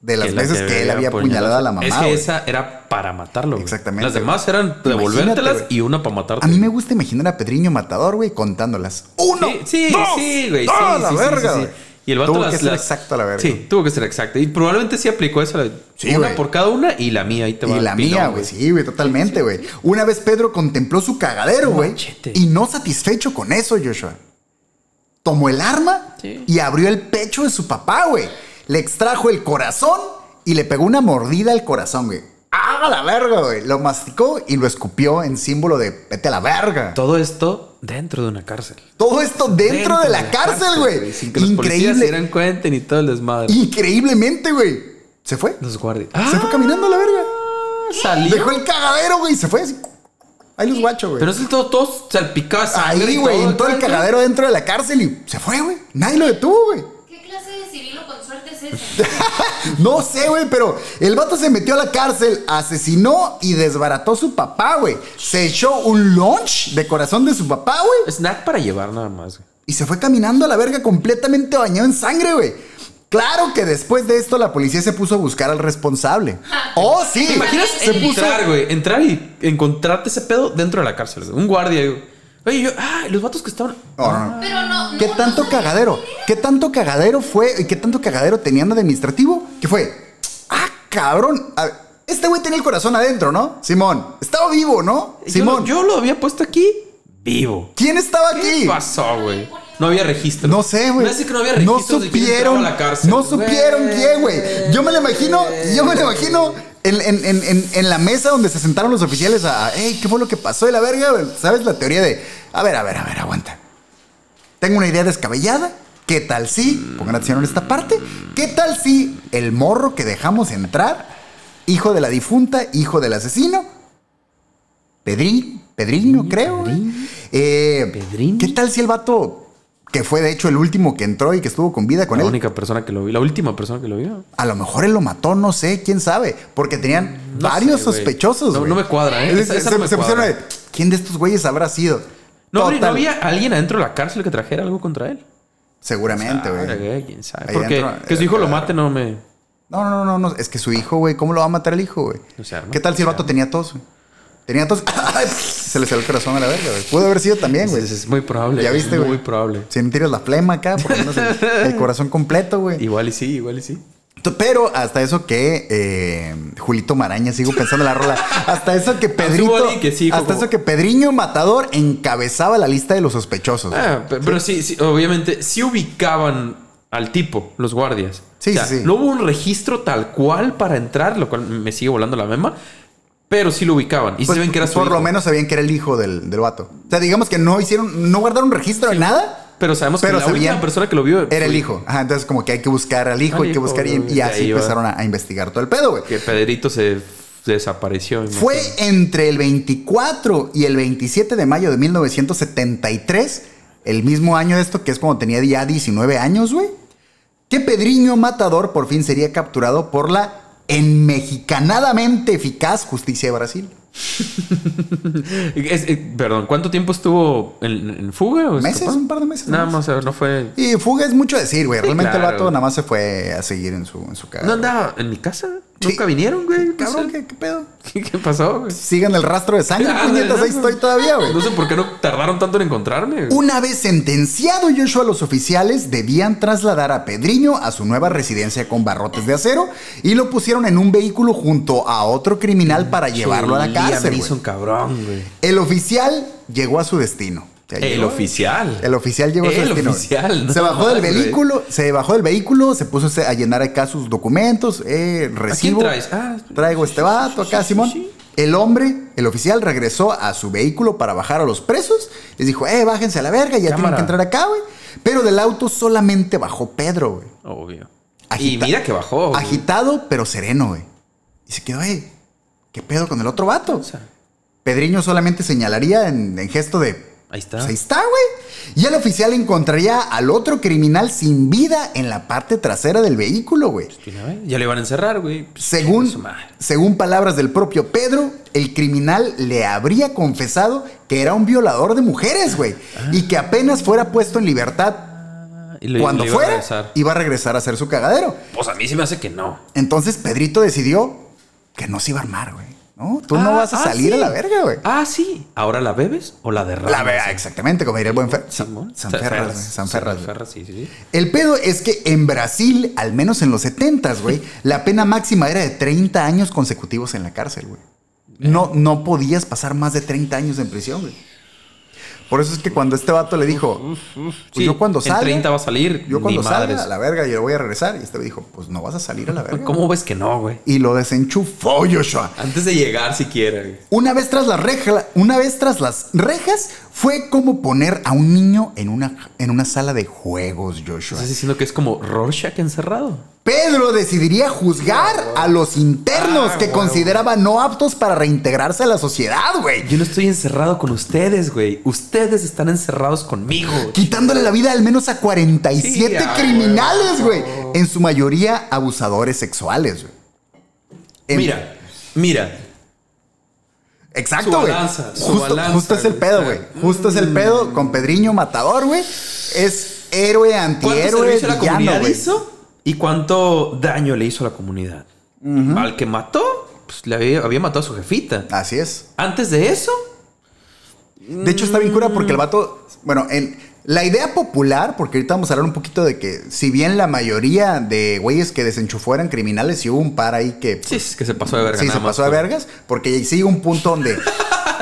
de las Que la veces que él había apuñalado a la mamá. Es que güey. esa era para matarlo. güey. Exactamente, Las güey. demás eran Imagínate, devolvértelas güey. y una para matarte. A mí me gusta imaginar a Pedriño Matador, güey, contándolas. Uno, Sí, sí, dos, sí, güey. Sí, dos, sí, la sí, verga, sí, sí. güey. Y el vato Tuvo las- que ser las- exacta la verga. Sí, tuvo que ser exacta. Y probablemente sí aplicó eso. la- Sí, una güey. por cada una y la mía. Ahí te va Y el la pilón, mía, güey. Sí, güey, totalmente, güey. Una vez Pedro contempló su cagadero, güey. Machete. Y no satisfecho con eso, Joshua. Tomó el arma Sí. y abrió el pecho de su papá, güey. Le extrajo el corazón y le pegó una mordida al corazón, güey. ¡Ah, la verga, güey! Lo masticó y lo escupió en símbolo de vete a la verga. Todo esto dentro de una cárcel. Todo esto dentro, de la cárcel, güey. Sin que los policías se dieran cuenta ni todo el desmadre. Increíblemente, güey. Se fue. Los guardias. Se fue caminando a la verga. Salió. Dejó el cagadero, güey. y Se fue así. Ahí los guacho, güey. Pero es el todo, todo salpicado. de sangre Ahí, y güey, en todo el acá, güey. cagadero dentro de la cárcel y se fue, güey. Nadie lo detuvo, güey. ¿Qué clase de Cirilo con suerte es esa? No sé, güey, pero el vato se metió a la cárcel, asesinó y desbarató su papá, güey. Se echó un lunch de corazón de su papá, güey. Snack para llevar nada más, güey. Y se fue caminando a la verga completamente bañado en sangre, güey. Claro que después de esto la policía se puso a buscar al responsable. ¡Oh, sí! ¿Te imaginas Se puso... entrar, güey? Entrar y encontrarte ese pedo dentro de la cárcel, güey. Un guardia, güey. Oye, yo, ah, los vatos que estaban. Oh, No, no, no. Pero no. ¿Qué no, tanto no, cagadero? ¿Qué tanto cagadero fue? ¿Y qué tanto cagadero tenían de administrativo? ¿Qué fue? Ah, cabrón. A ver, este güey tenía el corazón adentro, ¿no? Simón. Estaba vivo, ¿no? Yo Simón. lo- Yo, lo había puesto aquí vivo. ¿Quién estaba ¿Qué aquí? pasó, güey? No había registro. No sé, güey. Me hace que no había registro. No supieron. la cárcel. no supieron Güey. quién, güey. Yo me lo imagino, yo me lo imagino en, en- en- en- en la mesa donde se sentaron los oficiales a, a, hey, ¿qué fue lo que pasó de la verga? güey?" ¿Sabes la teoría de, a ver, a ver, a ver, aguanta? Tengo una idea descabellada. ¿Qué tal si, pongan atención en esta parte, qué tal si el morro que dejamos entrar, hijo de la difunta, hijo del asesino, Pedrín, Pedrino, creo. güey. Eh, Pedrini. ¿Qué tal si el vato, que fue de hecho el último que entró y que estuvo con vida con La él, única persona que lo vio, la última persona que lo vio. a lo mejor él lo mató, no sé, quién sabe, porque tenían No varios sé, güey. sospechosos. No, güey. no me cuadra, ¿eh? Es- Esa- es- esa se no me se pusieron cuadra. de, ¿quién de estos güeyes habrá sido? No, habría- no Total, había alguien adentro de la cárcel que trajera algo contra él. Seguramente, Ah, güey. güey, quién sabe. Ahí Porque adentro, que su hijo eh, lo mate no me. No, no, no, no, es que su hijo, güey, ¿cómo lo va a matar el hijo, güey? No se arma. ¿Qué tal si el vato tenía tos, güey? Tenía tos. se le salió el corazón a la verga, güey. Pudo haber sido también, Es, güey. es- es muy probable. Ya viste, es güey. Muy probable. Si no tiras la flema acá, por lo menos el, el corazón completo, güey. Igual y sí, igual y sí. T- Pero hasta eso que eh, Julito Maraña, sigo pensando en la rola. Hasta eso que hubo Pedrito. alguien que sí, hasta como- eso que Pedriño Matador encabezaba la lista de los sospechosos. Ah, pe- pero sí, sí, obviamente, sí ubicaban al tipo, los guardias. Sí, sí, sí. No hubo un registro tal cual para entrar, lo cual me sigue volando la mema, pero sí lo ubicaban. Y Pues, se ven que era su por lo hijo. menos sabían que era el hijo del, del vato. O sea, digamos que no hicieron, no guardaron registro de nada. Pero sabemos Pero que la última sabían- persona que lo vio Era el hijo. Ajá, entonces como que hay que buscar al hijo, Al hay que hijo, buscar y, güey, y de así ahí va. empezaron a, a investigar todo el pedo, güey. Que Pedrito se f- desapareció. imagino. Fue entre el 24 y el 27 de mayo de 1973, el mismo año de esto, que es cuando tenía ya 19 años, güey, que Pedriño Matador por fin sería capturado por la enmexicanadamente eficaz justicia de Brasil. Es- eh, perdón, ¿cuánto tiempo estuvo en, en fuga? o Meses, escapado? un par de meses. Nada nomás. más, a ver, no fue. Y fuga es mucho decir, güey. Sí, Realmente el claro. vato nada más se fue a seguir en su, en su casa. No pues andaba en mi casa. Sí. Nunca vinieron, güey. No Cabrón, sé. ¿qué, qué pedo? ¿Qué, qué pasó, güey? Sigan el rastro de sangre, Ah, puñetas. no, Ahí no. estoy todavía, güey. No sé por qué no tardaron tanto en encontrarme. güey. Una vez sentenciado Joshua, los oficiales debían trasladar a Pedriño a su nueva residencia con barrotes de acero y lo pusieron en un vehículo junto a otro Mm, criminal para llevarlo a la Liam cárcel. güey. Neeson, cabrón, güey. El oficial llegó a su destino. O sea, El llegó- oficial. El oficial llegó a su El destino. güey. oficial, no se bajó del mames, vehículo, se bajó del vehículo, se puso a llenar acá sus documentos, eh, recibo. traes? Ah, Traigo este vato acá, Simón. El hombre, el oficial, regresó a su vehículo para bajar a los presos. Les dijo, eh, bájense a la verga, ya tienen Cámara. que entrar acá, güey. Pero del auto solamente bajó Pedro, güey. Obvio. Agita- y mira que bajó. güey. Agitado, pero sereno, güey. Y se quedó, eh, ¿qué pedo con el otro vato? O sea, Pedriño solamente señalaría en, en gesto de. Ahí está. "Pues ahí está, güey. Y el oficial encontraría al otro criminal sin vida en la parte trasera del vehículo, güey. ¿tú la ves? Ya le iban a encerrar, güey. Pues, chingue su Según, madre. según palabras del propio Pedro, el criminal le habría confesado que era un violador de mujeres, güey. Y que apenas fuera puesto en libertad Ah, Y le- cuando le iba a fuera, regresar. iba a regresar a hacer su cagadero. Pues a mí se me hace que no. Entonces Pedrito decidió que no se iba a armar, güey. ¿no? Tú Ah, no vas a ah, salir a sí. la verga, güey. Ah, sí. ¿Ahora la bebes o la derramas? La verga, exactamente, como diría el buen Fer. Simón. San, San Ferras, güey, San Ferras. güey. sí, sí, sí. El pedo es que en Brasil, al menos en los 70 güey, la pena máxima era de 30 años consecutivos en la cárcel, güey. No, no podías pasar más de 30 años en prisión, güey. Por eso es que cuando este vato le dijo, pues Sí, yo cuando en salga, 30 va a salir, yo cuando ni salga madres. a la verga, yo voy a regresar. Y este dijo, pues no vas a salir a la verga. ¿Cómo ves que no, güey? Y lo desenchufó Joshua. Antes de llegar siquiera. güey. Una vez tras las rejas, una vez tras las rejas, fue como poner a un niño en una, en una sala de juegos, Joshua. Estás diciendo que es como Rorschach encerrado. Pedro decidiría juzgar a los internos Ah, que huevo. consideraba no aptos para reintegrarse a la sociedad, güey. Yo no estoy encerrado con ustedes, güey. Ustedes están encerrados conmigo. Quitándole la vida al menos a 47 Sí, ah, criminales, güey. huevo. En su mayoría abusadores sexuales, güey. En- Mira, mira. Exacto, Su güey. balanza, su Justo, balanza, justo es el güey. pedo, O sea, mm. güey. Justo es el pedo con Pedriño Matador, güey. Es héroe, ¿Cuánto antihéroe, servicio a la villano, comunidad güey. hizo? ¿Y cuánto daño le hizo a la comunidad? Al que mató, pues le había, había matado a su jefita. Así es. Antes de eso, De hecho, está bien cura porque el Mm. vato. Bueno, en, la idea popular, porque ahorita vamos a hablar un poquito de que, si bien la mayoría de güeyes que desenchufó eran criminales, sí hubo un par ahí que. sí, es que se pasó de verga. sí, nada se más, pasó de güey. vergas, porque sí hubo un punto donde.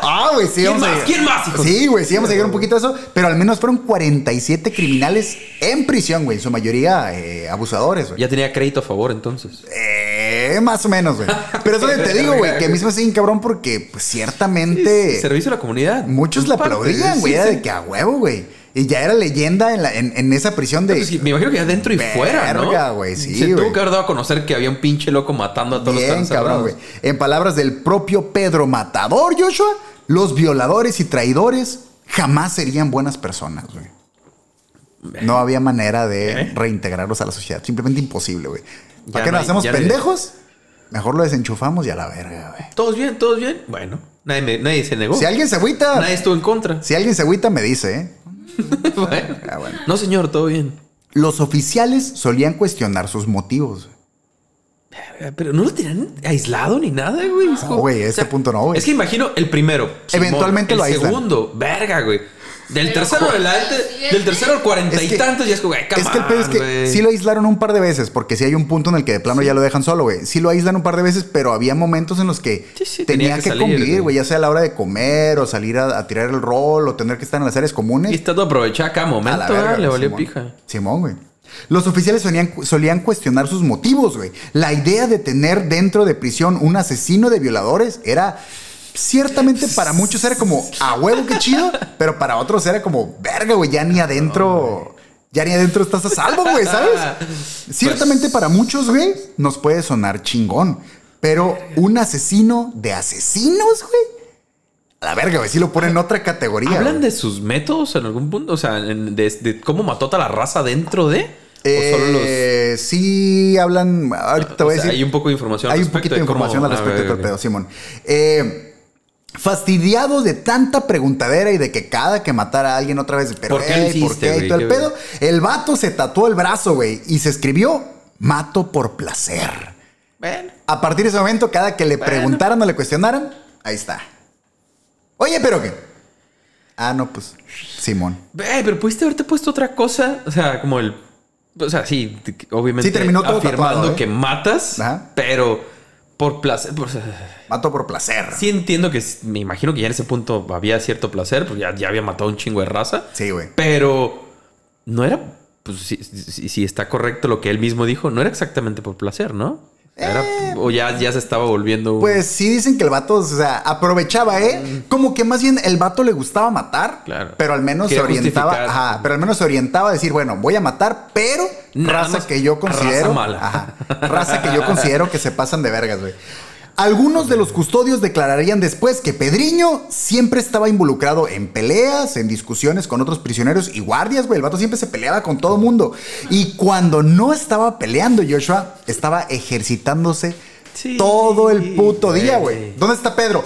Ah, güey, sí, ¿Quién vamos a más? llegar- ¿Quién más, hijos? Sí, güey, sí, vamos a llegar un poquito a eso, pero al menos fueron 47 criminales en prisión, güey, en su mayoría eh, abusadores, güey. Ya tenía crédito a favor entonces. Eh, más o menos, güey. Pero eso que te digo, güey, que a mí se me hace bien cabrón porque, pues, ciertamente. Servicio a la comunidad. Muchos En la parte, aplaudían, sí, güey. sí. Era de que a huevo, güey. Y ya era leyenda en, la- en- en esa prisión de. Pues sí, me imagino que adentro y fuera, ¿no? Verga, güey, sí, Se güey. tuvo que haber dado a conocer que había un pinche loco matando a todos los que Bien, estaban cabrón, güey. encerrados. En palabras del propio Pedro Matador, Joshua, los violadores y traidores jamás serían buenas personas, güey. No había manera de ¿Eh? reintegrarlos a la sociedad. Simplemente imposible, güey. Ya ¿Para qué no nos hay- hacemos ya no hay- pendejos? Mejor lo desenchufamos y a la verga, güey. ¿Todos bien? ¿Todos bien? Bueno, nadie, me- nadie se negó. Si alguien se agüita, Uh. Nadie estuvo en contra. si alguien se agüita, me dice, ¿eh? Bueno. Ah, bueno. No, señor, todo bien. Los oficiales solían cuestionar sus motivos. Pero no lo tenían aislado ni nada, güey. Es No, como- güey, este punto no, güey. Es que imagino el primero. Simón, Eventualmente el lo aíslan. segundo, verga, güey. Del Pero tercero, ¿cuál? adelante, del tercero al cuarenta Es y que- tantos, ya es como, güey, Es que el pedo es que sí si lo aislaron un par de veces, porque si hay un punto en el que de plano ya lo dejan solo, güey. Sí lo aíslan un par de veces, pero había momentos en los que Sí, sí, tenía, tenía que que, salir, convivir, güey, güey. ya sea a la hora de comer o salir a, a tirar el rol o tener que estar en las áreas comunes. Y está todo aprovechado cada A momento, la ¿verdad? verga, le valió Simón. pija. Simón, güey. Los oficiales solían, solían cuestionar sus motivos, güey. La idea de tener dentro de prisión un asesino de violadores era. Ciertamente para muchos era como a huevo qué chido, pero para otros era como verga, güey, ya ni adentro, ya ni adentro estás a salvo, güey, ¿sabes? Ah, Pues Ciertamente para muchos, güey, nos puede sonar chingón, pero un asesino de asesinos, güey, a la verga, güey, sí lo ponen en otra categoría. ¿Hablan güey. de sus métodos en algún punto? O sea, en- de, de cómo mató a toda la raza dentro de. o solo los. Eh, Sí, hablan. Ahorita te o voy a sea, decir. hay un poco de información. al Hay un respecto poquito de cómo- información al Ah, respecto de ok, todo el ok. pedo, Simón. Eh, fastidiado de tanta preguntadera y de que cada que matara a alguien otra vez, pero ¿Por qué lo hey, ¿por hiciste, qué? y güey? todo el ¿Qué- pedo. El vato se tatuó el brazo, güey, y se escribió: Mato por placer. Bueno. A partir de ese momento, cada que le Bueno. preguntaran o le cuestionaran, ahí está. Oye, pero qué. Ah, no, pues, Simón. Ve, pero pudiste haberte puesto otra cosa. O sea, como el. O sea, sí, t- obviamente. Sí, terminó todo afirmando tatuado, ¿eh? que matas, Ajá. pero por placer. por- o sea, Mato por placer. sí entiendo que s- me imagino que ya en ese punto había cierto placer, porque ya, ya había matado un chingo de raza. Sí, güey. Pero no era. Pues si, si- si está correcto lo que él mismo dijo, no era exactamente por placer, ¿no? Era- o ya, ya se estaba volviendo. un- Eh, Pues sí dicen que el vato, o sea, aprovechaba, ¿eh? Como que más bien el vato le gustaba matar, Claro. pero al menos Quería se orientaba, justificar. ajá, pero al menos se orientaba a decir, bueno, voy a matar, pero Nada raza más que yo raza considero, mala. ajá, raza que yo considero que se pasan de vergas, güey. Algunos de los custodios declararían después que Pedriño siempre estaba involucrado en peleas, en discusiones con otros prisioneros y guardias, güey. El vato siempre se peleaba con todo mundo. Y cuando no estaba peleando, Joshua estaba ejercitándose Sí, todo el puto día, güey. güey. ¿Dónde está Pedro?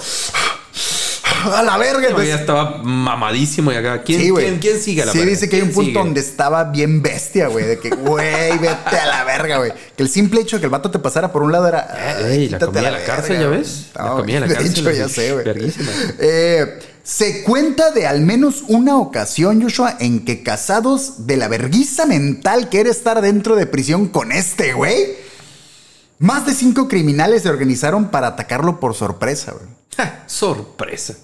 a la verga. Yo entonces- ya estaba mamadísimo y acá. ¿Quién, pues, Sí, güey. ¿quién, quién sigue a la Sí, verga? dice que hay un ¿Quién punto sigue? donde estaba bien bestia, güey. De que, güey, vete a la verga, güey. Que el simple hecho de que el vato te pasara por un lado era. "Ah, Eh, ey, la "Quítate comida de la cárcel, verga, ¿ya güey". ves? La No, comida de la de cárcel, hecho, ya güey. sé, güey. Verguísima. Eh, se cuenta de al menos una ocasión, Joshua, en que casados de la verguiza mental que era estar dentro de prisión con este, güey. Más de cinco criminales se organizaron para atacarlo por sorpresa, güey. Ja, Ah, sorpresa.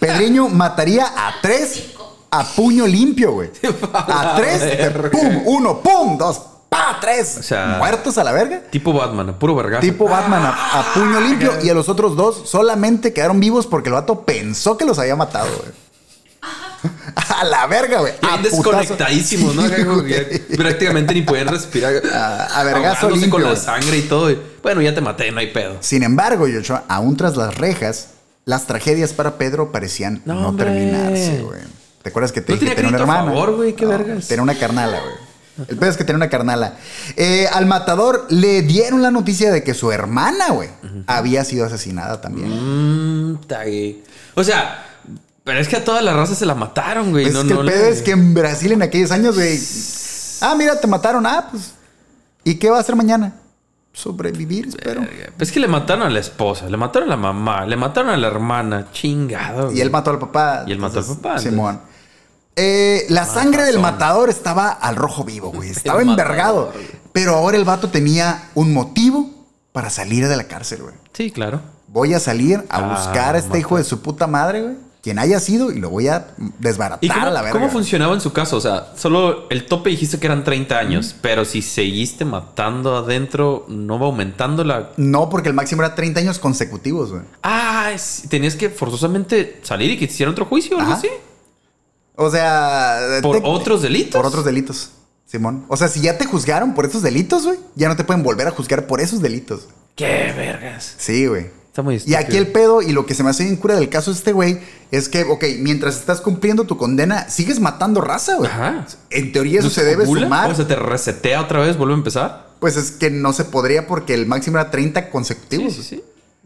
Pedriño mataría a tres a puño limpio, güey. A tres, de pum, uno, pum, dos, pa, tres. O sea- muertos a la verga. Tipo Batman, a puro vergazo. Tipo Batman a, Ah, a puño limpio y a los otros dos solamente quedaron vivos porque el vato pensó que los había matado, güey. A la verga, güey. Ah, Bien a putazo. desconectadísimos, ¿no? Sí, Acá como que güey. prácticamente ni pueden respirar. A- a vergazo Ahogándose con limpio, la güey. sangre y todo. y, bueno, ya te maté, no hay pedo. Sin embargo, Joshua, aún tras las rejas, las tragedias para Pedro parecían No, no, hombre. terminarse, güey. ¿Te acuerdas que te No dije que tenía tenía una crédito a hermana? favor, güey, qué vergas. Tenía una carnala, güey. El pedo es que tenía una carnala. Eh, al matador le dieron la noticia de que su hermana, güey, había sido asesinada también. Mm, tague. O sea, pero es que a toda la raza se la mataron, güey. Pues no, es que no el le- pedo es que en Brasil en aquellos años, güey. Ah, mira, te mataron. Ah, pues. ¿Y qué va a hacer mañana? Sobrevivir, espero. Pues Es que le mataron a la esposa, le mataron a la mamá, le mataron a la hermana. Chingado. Y él mató al papá. Y él mató entonces, al papá, entonces. Simón. Eh, la sangre del razón. matador estaba al rojo vivo, güey. Estaba El envergado. matador, güey. Pero ahora el vato tenía un motivo para salir de la cárcel, güey. Sí, claro. Voy a salir a Ah, buscar a este mata. hijo de su puta madre, güey. Quien haya sido y lo voy a desbaratar ¿Y cómo, a la verga. cómo funcionaba en su caso? O sea, solo el tope dijiste que eran 30 años, pero si seguiste matando adentro, ¿no va aumentando la...? No, porque el máximo era 30 años consecutivos, güey. Ah, es- tenías que forzosamente salir y que te hicieran otro juicio o algo Ajá. así. O sea. eh, ¿Por te- otros delitos? Por otros delitos, Simón. O sea, si ya te juzgaron por esos delitos, güey, ya no te pueden volver a juzgar por esos delitos. ¡Qué vergas! Sí, güey. Está muy Y estúpido. aquí el pedo y lo que se me hace bien cura del caso de este güey es que, ok, mientras estás cumpliendo tu condena, sigues matando raza, güey. Ajá. En teoría eso ¿No se debe acumula? sumar. ¿O se te resetea otra vez? ¿Vuelve a empezar? Pues es que no se podría porque el máximo era 30 consecutivos. güey. sí.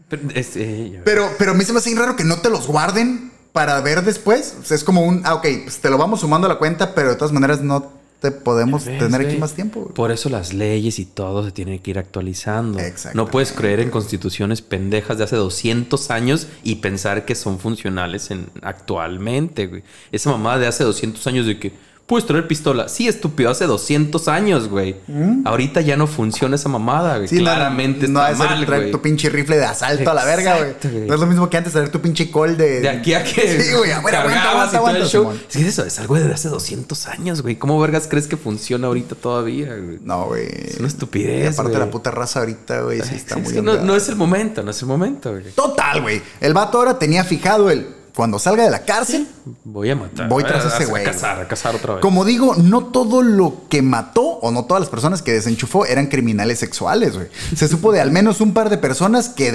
Pero, es- eh, ya- Pero, pero a mí se me hace bien raro que no te los guarden para ver después. O sea, es como un, ah, ok, pues te lo vamos sumando a la cuenta, pero de todas maneras no te podemos ¿Ves, tener aquí güey? más tiempo. güey. Por eso las leyes y todo se tienen que ir actualizando. Exactamente. No puedes creer en constituciones pendejas de hace 200 años y pensar que son funcionales en, actualmente, güey. Esa mamada de hace 200 años de que puedes traer pistola. Sí, estúpido, hace 200 años, güey. Ahorita ya no funciona esa mamada, güey. ¿Mm? Sí, no, no, Claramente no, está ha de ser mal, traer güey. tu pinche rifle de asalto a la verga, Exacto, güey. güey. No es lo mismo que antes traer tu pinche col de. De aquí a que. Sí, güey, a ver, aguanta, cargabas aguanta, y todo el aguanta, show. Simón. Es que eso es algo de hace 200 años, güey. ¿Cómo vergas crees que funciona ahorita todavía, güey? No, güey. Es una estupidez, Y aparte güey. la puta raza ahorita, güey, sí está Sí, muy es que no, honrada. no es el momento, no es el momento, güey. Total, güey. El vato ahora tenía fijado el. Cuando salga de la cárcel. Voy a matar. Voy tras a- ese a- güey. A cazar, a cazar otra vez. Como digo, no todo lo que mató o no todas las personas que desenchufó eran criminales sexuales, güey. Se supo de al menos un par de personas que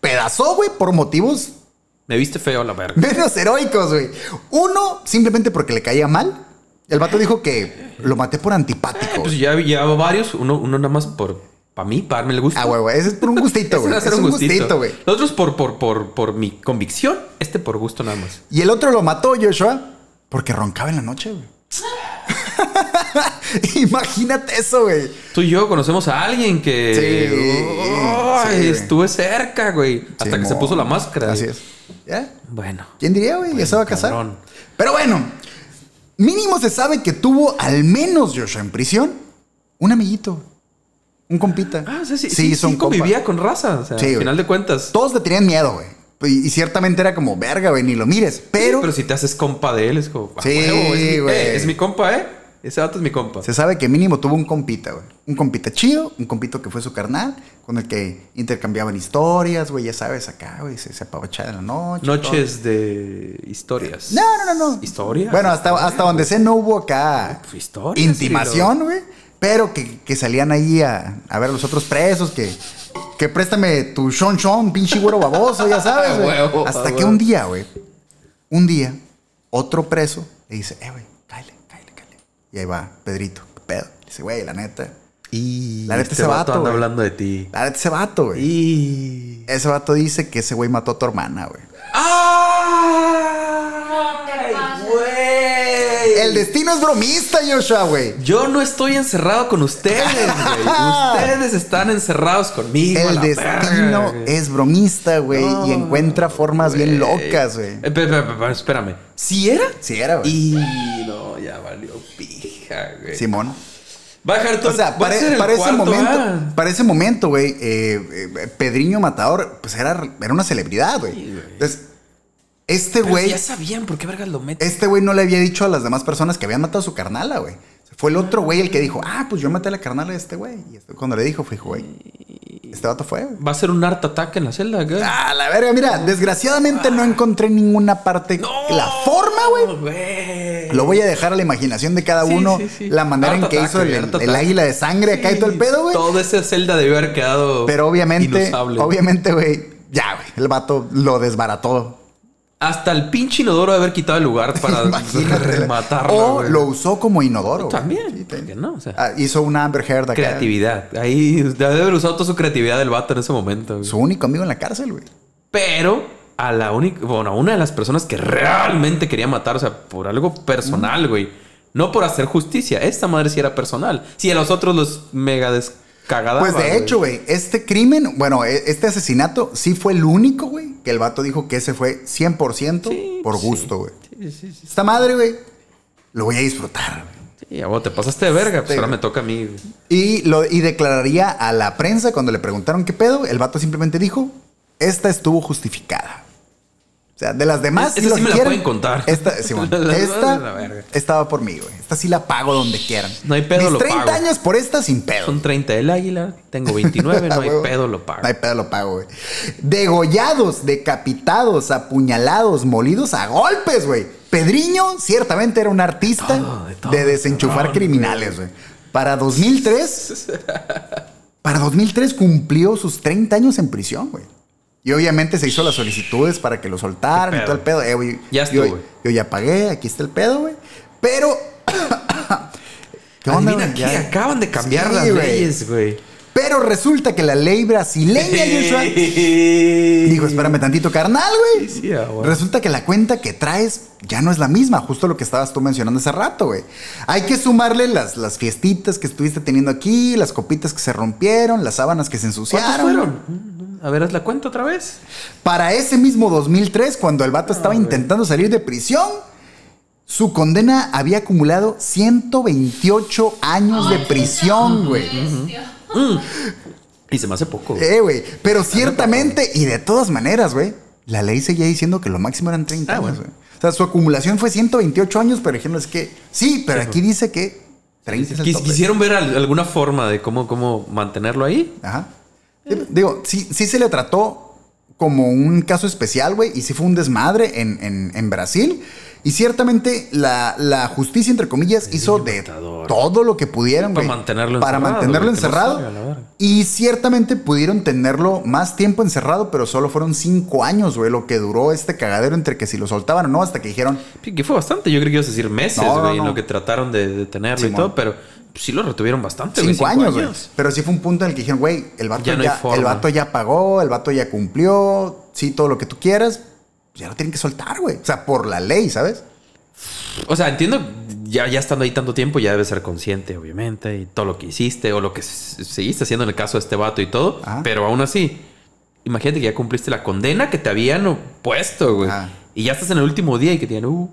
despedazó, güey, por motivos Me viste feo la verga. menos heroicos, güey. Uno, simplemente porque le caía mal. El vato dijo que lo maté por antipático. Pues ya, ya varios, uno, uno nada más por. Para mí, para darme el gusto. Ah, güey, güey, ese es por un gustito, Ese güey. va a Es ser un gustito, güey. Los otros por, por, por, por mi convicción, este por gusto nada más. Y el otro lo mató, Joshua, porque roncaba en la noche, güey. Imagínate eso, güey. Tú y yo conocemos a alguien Sí, que Ay, sí, güey. estuve cerca, güey. Hasta que se Simón. puso la máscara. Así es. ¿Ya? Bueno. ¿Quién diría, güey? Ya se va a casar. cabrón. Pero bueno, mínimo se sabe que tuvo al menos Joshua en prisión un amiguito, un compita. Ah, o sea, sí, sí, sí compa. convivía con raza. O sea, Sí, al güey. final de cuentas. Todos le tenían miedo, güey. Y, y ciertamente era como, verga, güey, ni lo mires. Pero, Sí, pero si te haces compa de él, es como. "Ah, Sí, huevo, es mi- güey. eh, es mi compa, ¿eh? Ese dato es mi compa. se sabe que mínimo tuvo un compita, güey. Un compita chido, un compito que fue su carnal, con el que intercambiaban historias, güey, ya sabes, acá, güey, se, se apabachaba en la noche. Noches de historias. todo. No, no, no, no. Historias. Bueno, hasta, hasta donde sé no hubo acá Pues, historias, intimación, güey. Pero que, que salían ahí a, a ver a los otros presos, que, que préstame tu Sean Sean, pinche güero baboso, ya sabes, güey. Huevo, Hasta que huevo. un día, güey, un día, otro preso le dice, eh, güey, cállate, cállate, cállate. Y ahí va, Pedrito, ¿qué pedo? Le dice, güey, la neta. Y La neta, este ese vato vato, anda güey. hablando de ti. La neta, ese vato, güey. Y. Ese vato dice que ese güey mató a tu hermana, güey. ¡Ah! El destino es bromista, Joshua, güey. Yo no estoy encerrado con ustedes, güey. Ustedes están encerrados conmigo. a El la destino verga, güey. es bromista, güey, y No, encuentra formas bien güey. locas, güey. Eh, pe- pe- pe- espérame. ¿Sí era? Sí era, güey. Y no, ya valió pija, güey. Simón. Va a dejar todo. O sea, va a para, ser el para ese cuarto, momento, ah. para ese momento, güey, eh, eh, Pedriño Matador, pues era, era una celebridad, güey. Sí, güey. Entonces, este Pero si güey, Ya sabían por qué vergas lo meten. este güey no le había dicho a las demás personas que habían matado a su carnala, güey. Fue el otro güey el que dijo, ah, pues yo maté a la carnala de este güey. Y este- cuando le dijo, fue, hijo, güey, este vato fue, güey. Va a ser un art attack en la celda, güey. Ah, la verga, mira, desgraciadamente no encontré ninguna parte. Ah. No, La forma, güey. güey. Lo voy a dejar a la imaginación de cada Sí, uno. sí, sí. Ah, La manera en Harto que hizo ataque, el, harto el ataque. águila de sangre acá y todo el pedo, güey. Toda esa celda debió haber quedado. Pero obviamente, inusable. obviamente, güey, ya, güey, el vato lo desbarató. Hasta el pinche inodoro de haber quitado el lugar para Imagínate. rematarlo. O güey. lo usó como inodoro. güey. También, Sí, ¿por qué no? O sea. Ah, hizo una Amber Heard acá. Creatividad. Ahí debe haber usado toda su creatividad del vato en ese momento. güey. Su único amigo en la cárcel, güey. Pero a la única, bueno, a una de las personas que realmente quería matar, o sea, por algo personal, güey. No por hacer justicia. Esta madre sí era personal. Si a los otros los mega descagada. Pues de hecho, güey, este crimen, bueno, e- este asesinato sí fue el único, güey, que el vato dijo que ese fue 100% Sí, por sí. gusto, güey. Sí, sí, sí. Esta madre, güey, lo voy a disfrutar, güey. Sí, a vos te pasaste de verga. Pues Sí, ahora güey. me toca a mí. güey. Y, lo, y declararía a la prensa cuando le preguntaron qué pedo, el vato simplemente dijo, esta estuvo justificada. O sea, de las demás... Esa sí me la pueden contar. Esta, Simón, Las demás, la esta verga. estaba por mí, güey. Esta sí la pago donde quieran. No hay pedo, Mis lo 30 pago. años por esta sin pedo. Son 30 del águila. Tengo 29. Ah, no hay huevo. pedo, lo pago. No hay pedo, lo pago, güey. Degollados, decapitados, apuñalados, molidos a golpes, güey. Pedriño ciertamente era un artista de, De todo, de todo, desenchufar cabrón, criminales, güey. Para 2003, para 2003 cumplió sus 30 años en prisión, güey. Y obviamente se hizo las solicitudes para que lo soltaran y Qué todo el pedo. Eh, güey, Ya yo, estuvo, güey. yo ya pagué, aquí está el pedo, güey. Pero... ¿Qué Adivina güey? qué, Ya- acaban de cambiar Sí, las güey. leyes, güey. Pero resulta que la ley brasileña, Joshua, dijo, espérame tantito, carnal, güey. Sí, sí, ah, bueno. Resulta que la cuenta que traes ya no es la misma, justo lo que estabas tú mencionando hace rato, güey. Hay que sumarle las, las fiestitas que estuviste teniendo aquí, las copitas que se rompieron, las sábanas que se ensuciaron. ¿Cuántos fueron? A ver, haz la cuenta otra vez. Para ese mismo 2003, cuando el vato estaba intentando salir de prisión, su condena había acumulado 128 años de prisión, güey. Y se me hace poco. güey. Eh, güey. Pero ciertamente, y de todas maneras, güey, la ley seguía diciendo que lo máximo eran 30 Ah, años, bueno. güey. O sea, su acumulación fue 128 años, pero dijeron, es que sí, pero aquí dice que 30 es el Quis- tope. quisieron ver al- alguna forma de cómo, cómo mantenerlo ahí. Ajá. Digo, sí, sí se le trató como un caso especial, güey, y sí fue un desmadre en, en- en Brasil. Y ciertamente la, la justicia, entre comillas, hizo de matador. todo lo que pudieron, Para güey, mantenerlo Para encerrado, mantenerlo güey, que no encerrado. salga, la verga. y ciertamente pudieron tenerlo más tiempo encerrado, pero solo fueron cinco años, güey, lo que duró este cagadero entre que si lo soltaban o no, hasta que dijeron, Que fue bastante. Yo creo que ibas a decir meses, No, no, güey, en no. lo que trataron de detenerlo y Simón. todo, pero pues, sí lo retuvieron bastante, güey. Cinco años, güey. Pero sí fue un punto en el que dijeron, güey, el vato ya, Ya no hay forma. el vato ya pagó, el vato ya cumplió, sí, todo lo que tú quieras, ya lo tienen que soltar, güey. O sea, por la ley, ¿sabes? O sea, entiendo, ya, ya estando ahí tanto tiempo, ya debes ser consciente, obviamente, y todo lo que hiciste o lo que s- seguiste haciendo en el caso de este vato y todo. Ajá. Pero aún así, imagínate que ya cumpliste la condena que te habían puesto, güey. Ajá. Y ya estás en el último día y que te digan, uh,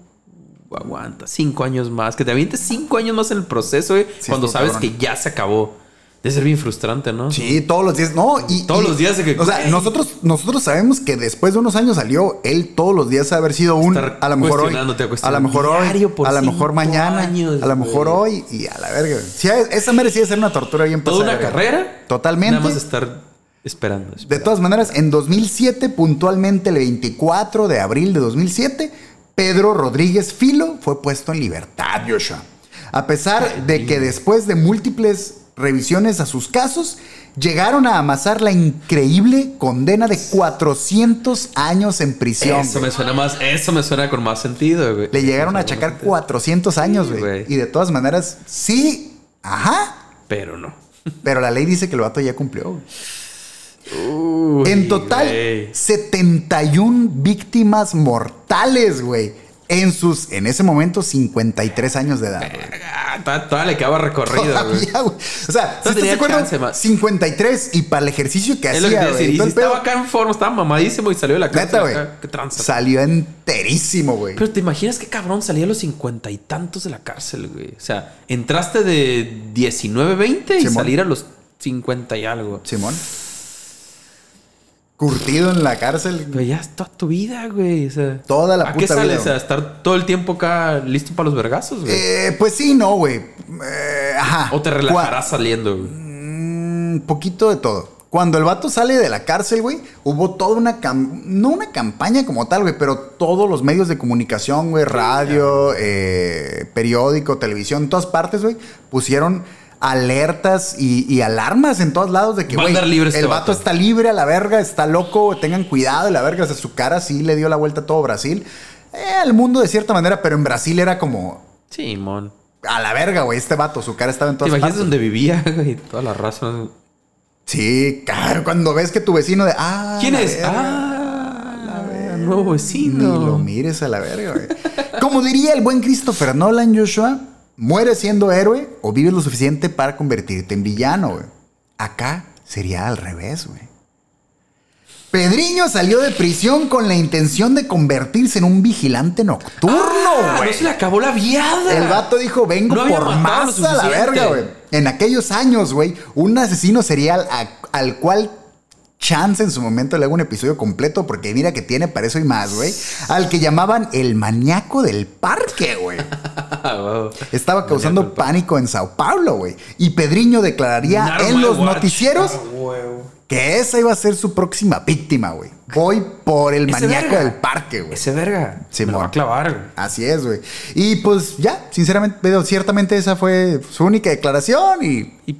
aguanta, cinco años más. Que te avientes cinco años más en el proceso, güey, Sí, cuando estuvo sabes cabrón. que ya se acabó. Debe ser bien frustrante, ¿no? Sí, todos los días, no, y Todos y- los días de que, O sea, güey. nosotros, nosotros sabemos que después de unos años salió él todos los días a haber sido un Estar a lo mejor hoy, cuestionándote, a lo mejor hoy, diario por a lo mejor cinco mañana, años, a lo mejor güey. hoy y a la verga. güey. Sí, esa merecía ser una tortura bien Toda pasada. una güey. carrera. Totalmente. Nada más estar esperando. De esperando. todas maneras, en 2007, puntualmente el 24 de abril de 2007, Pedro Rodríguez Filo fue puesto en libertad, Joshua. A pesar de que después de múltiples revisiones a sus casos, llegaron a amasar la increíble condena de 400 años en prisión. Eso güey. me suena más, eso me suena con más sentido, güey. Le llegaron a achacar 400 años, güey. güey. Y de todas maneras, sí, ajá. Pero no. Pero la ley dice que el vato ya cumplió. güey. Uy, En total, güey. 71 víctimas mortales, güey. en sus, en ese momento, 53 años de edad. güey. Ah, Todavía todavía le quedaba recorrido, güey. Todavía, güey. O sea, si No ¿sí te tenía acuerdas, chance, ma. 53 y para el ejercicio que Es lo hacía, que te iba a güey, decir. Y todo si el pedo, estaba acá en forma, estaba mamadísimo y salió de la neta, cárcel. güey, acá. Qué tranza. salió enterísimo, güey. Pero te imaginas qué cabrón salía a los cincuenta y tantos de la cárcel, güey. O sea, entraste de 19, 20 y Simón. salir a los 50 y algo. Simón. Curtido en la cárcel. Pero ya es toda tu vida, güey. O sea, Toda la ¿A puta qué sales? vida, ¿A estar todo el tiempo acá listo para los vergazos, güey? Eh, pues sí, no, güey. Eh, ajá. ¿O te Cua- relajarás saliendo, güey? Mm, poquito de todo. Cuando el vato sale de la cárcel, güey, hubo toda una cam- no una campaña como tal, güey, pero todos los medios de comunicación, güey, radio, eh, periódico, televisión, en todas partes, güey, pusieron alertas y, y alarmas en todos lados de que, Va a güey, andar libre este el vato vato. está libre a la verga, está loco, tengan cuidado, y la verga, o sea, su cara sí le dio la vuelta a todo Brasil, Eh, al mundo de cierta manera, pero en Brasil era como Sí, mon. a la verga, güey, este vato, su cara estaba en ¿Te todas imaginas partes. dónde vivía, güey? Toda la raza. Sí, claro, cuando ves que tu vecino de. Ah, ¿Quién la es? verga, Ah, la verga". nuevo vecino. Ni lo mires a la verga, güey. Como diría el buen Christopher Nolan, Joshua, mueres siendo héroe o vives lo suficiente para convertirte en villano, güey. Acá sería al revés, güey. Pedriño salió de prisión con la intención de convertirse en un vigilante nocturno, Ah, güey. no se le acabó la viada. El vato dijo, vengo No había por matado lo más a la suficiente. verga, güey. En aquellos años, güey, un asesino serial a- al cual Chance en su momento le hago un episodio completo porque mira que tiene para eso y más, güey. Al que llamaban el maníaco del parque, güey. Ah, wow. Estaba del causando pánico en Sao Paulo, güey. Y Pedriño declararía Narwhal en los Watch. noticieros Ah, huevo. que esa iba a ser su próxima víctima, güey. Voy por el Ese maníaco verga. del parque, güey. Ese verga. Sí, me lo mon. va a clavar, güey. Así es, güey. Y pues ya, sinceramente, pero ciertamente esa fue su única declaración y Y-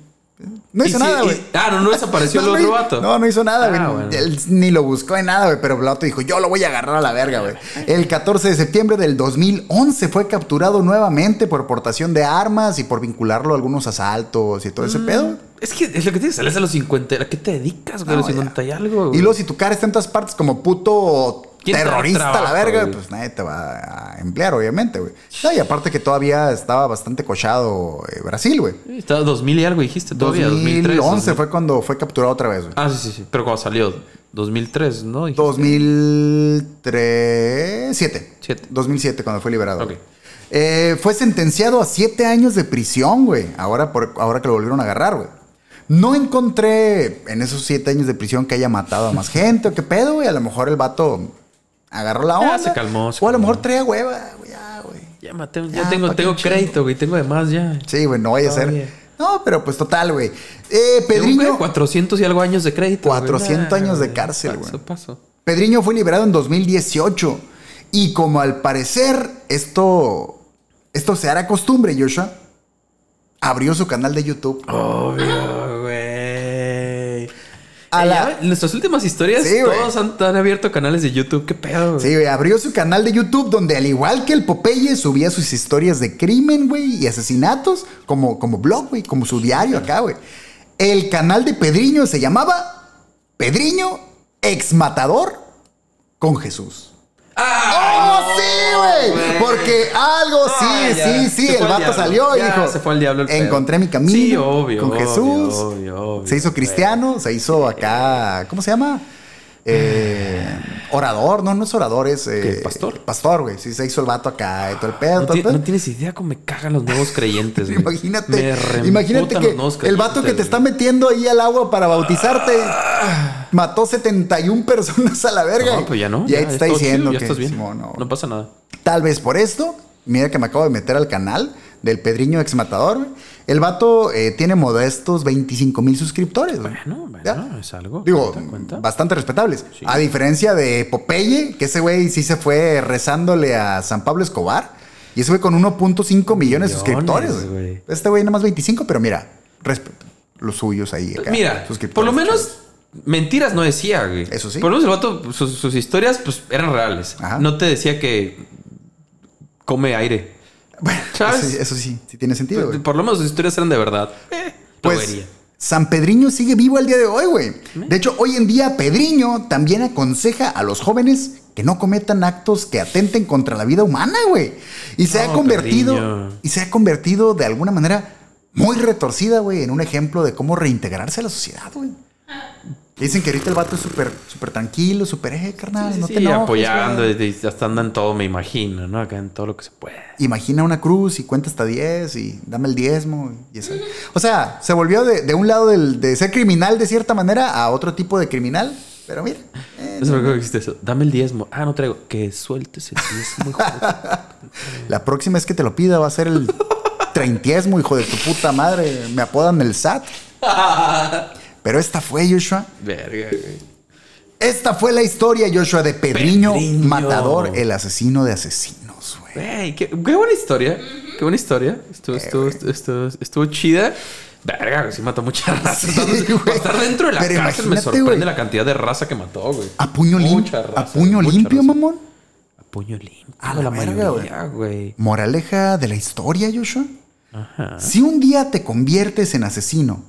no y hizo sí, nada, y- güey. Ah, no, no desapareció el no, otro no, vato. No, no hizo nada, Ah, güey. bueno. Él Ni lo buscó en nada, güey. Pero el vato dijo, yo lo voy a agarrar a la verga, güey. El 14 de septiembre del 2011 fue capturado nuevamente por portación de armas y por vincularlo a algunos asaltos y todo Mm. ese pedo. Es que es lo que te dices, sales a los 50. ¿A qué te dedicas, güey? A los No, ya. 50 y algo, güey. Y luego si tu cara está en todas partes como puto ¿Quién te da terrorista a la trabajo, verga, güey? pues nadie te va a emplear, obviamente, güey. No, y aparte que todavía estaba bastante cochado eh, Brasil, güey. Estaba 2000 y algo, dijiste. Todavía, 2011 2003. 2000. fue cuando fue capturado otra vez, güey. Ah, sí, sí, sí. Pero cuando salió, 2003, ¿no? Dijiste. 2003... siete. Siete. 2007 cuando fue liberado. Ok. güey. Eh, fue sentenciado a siete años de prisión, güey. Ahora, por, ahora que lo volvieron a agarrar, güey. No encontré en esos siete años de prisión que haya matado a más gente o qué pedo, güey. A lo mejor el vato agarró la onda. Ah, se calmó, se o a lo calmó. mejor traía hueva, güey. ya, güey. Ya, maté, ya Ah, tengo, ¿pa' qué tengo chingo? crédito, güey. Tengo de más ya. Sí, güey, no vaya a Ah, ser. bien. No, pero pues total, güey. Eh, Tengo, güey, Pedriño. 400 y algo años de crédito. güey. 400 Nah, años de güey, cárcel, paso, güey. paso. Pedriño fue liberado en 2018 y como al parecer esto, esto se hará costumbre, Joshua, abrió su canal de YouTube. Obvio, güey. A Eh, la- ya, en nuestras últimas historias, Sí, güey. todos han, han abierto canales de YouTube. ¿Qué pedo? güey? Sí, güey, abrió su canal de YouTube donde al igual que el Popeye subía sus historias de crimen, güey, y asesinatos como, como blog, güey, como su diario acá, güey. El canal de Pedriño se llamaba Pedriño Ex Matador con Jesús. ¡Ah! ¡Oh, sí, güey! güey! Porque algo Ah, sí, ya, sí, se sí. fue El al vato diablo. salió y Ya, dijo: se fue al diablo el pedo. Encontré mi camino. Sí, obvio, Con obvio, Jesús. obvio, obvio, se hizo cristiano, se hizo acá. ¿Cómo se llama? Eh, orador, no, no es orador, es. eh, ¿Qué, pastor? Pastor, güey. Sí, se hizo el vato acá y todo el pedo. No, todo ti- el pedo. no tienes idea cómo me cagan los nuevos creyentes, güey. Me Imagínate, reemputan imagínate los que nuevos el vato que te creyentes, está güey. metiendo ahí al agua para bautizarte mató 71 personas a la verga. Ah. No, pues ya no. Y ahí ya, te está todo diciendo chido, ya que estás bien. Simón, no. no. pasa nada. Tal vez por esto, mira que me acabo de meter al canal del Pedriño Exmatador. güey. El vato eh, tiene modestos 25 mil suscriptores. güey. Bueno, bueno, ¿Ya? es algo. Digo, ¿Te das cuenta? bastante respetables. Sí. A diferencia de Popeye, que ese güey sí se fue rezándole a San Pablo Escobar. Y ese güey con 1.5 millones, Millones, de suscriptores. güey. güey. Este güey nada más 25, pero mira, resp- los suyos ahí. acá, Mira, suscriptores. por lo menos mentiras no decía, güey. Eso sí. Por lo menos el vato, sus, sus historias, pues, eran reales. Ajá. No te decía que come aire. Bueno, ¿sabes? Eso, eso sí, sí tiene sentido. güey. Por, por lo menos sus historias eran de verdad. Eh, lo Pues vería. San Pedriño sigue vivo al día de hoy, güey. De hecho, hoy en día Pedriño también aconseja a los jóvenes que no cometan actos que atenten contra la vida humana, güey. Y se No, ha convertido, cariño. y se ha convertido de alguna manera muy retorcida, güey, en un ejemplo de cómo reintegrarse a la sociedad, güey. Dicen que ahorita el vato es súper súper tranquilo, súper, eh, carnal, Sí, no sí, te sí, enojes, apoyando, güey". Eh, y- y hasta andan todo, me imagino, ¿no? Acá en todo lo que se puede. Imagina una cruz y cuenta hasta 10 y dame el diezmo. Y eso. O sea, se volvió de, de un lado del- de ser criminal de cierta manera a otro tipo de criminal. Pero mira, eh, No se me acuerdo que existe eso. Dame el diezmo. Ah, no traigo. Que sueltes el diezmo, hijo de- la próxima es que te lo pida va a ser el treintiesmo, hijo de tu puta madre. Me apodan el SAT. Pero esta fue, Joshua. Verga, güey. Esta fue la historia, Joshua, de Pedriño, Pedriño. matador, el asesino de asesinos, güey. Güey, qué, qué buena historia. Qué buena historia. Estuvo, estuvo, estuvo, estuvo, estuvo chida. Verga, güey, sí mató mucha Sí, raza. Entonces, güey. por estar dentro de la Pero cárcel me imagínate, sorprende güey. la cantidad de raza que mató, güey. A puño, lim- Mucha a raza, puño mucha limpio, raza. mamón. A puño limpio. A A la la, verga, güey. mayoría, güey. Moraleja de la historia, Joshua. Ajá. Si un día te conviertes en asesino,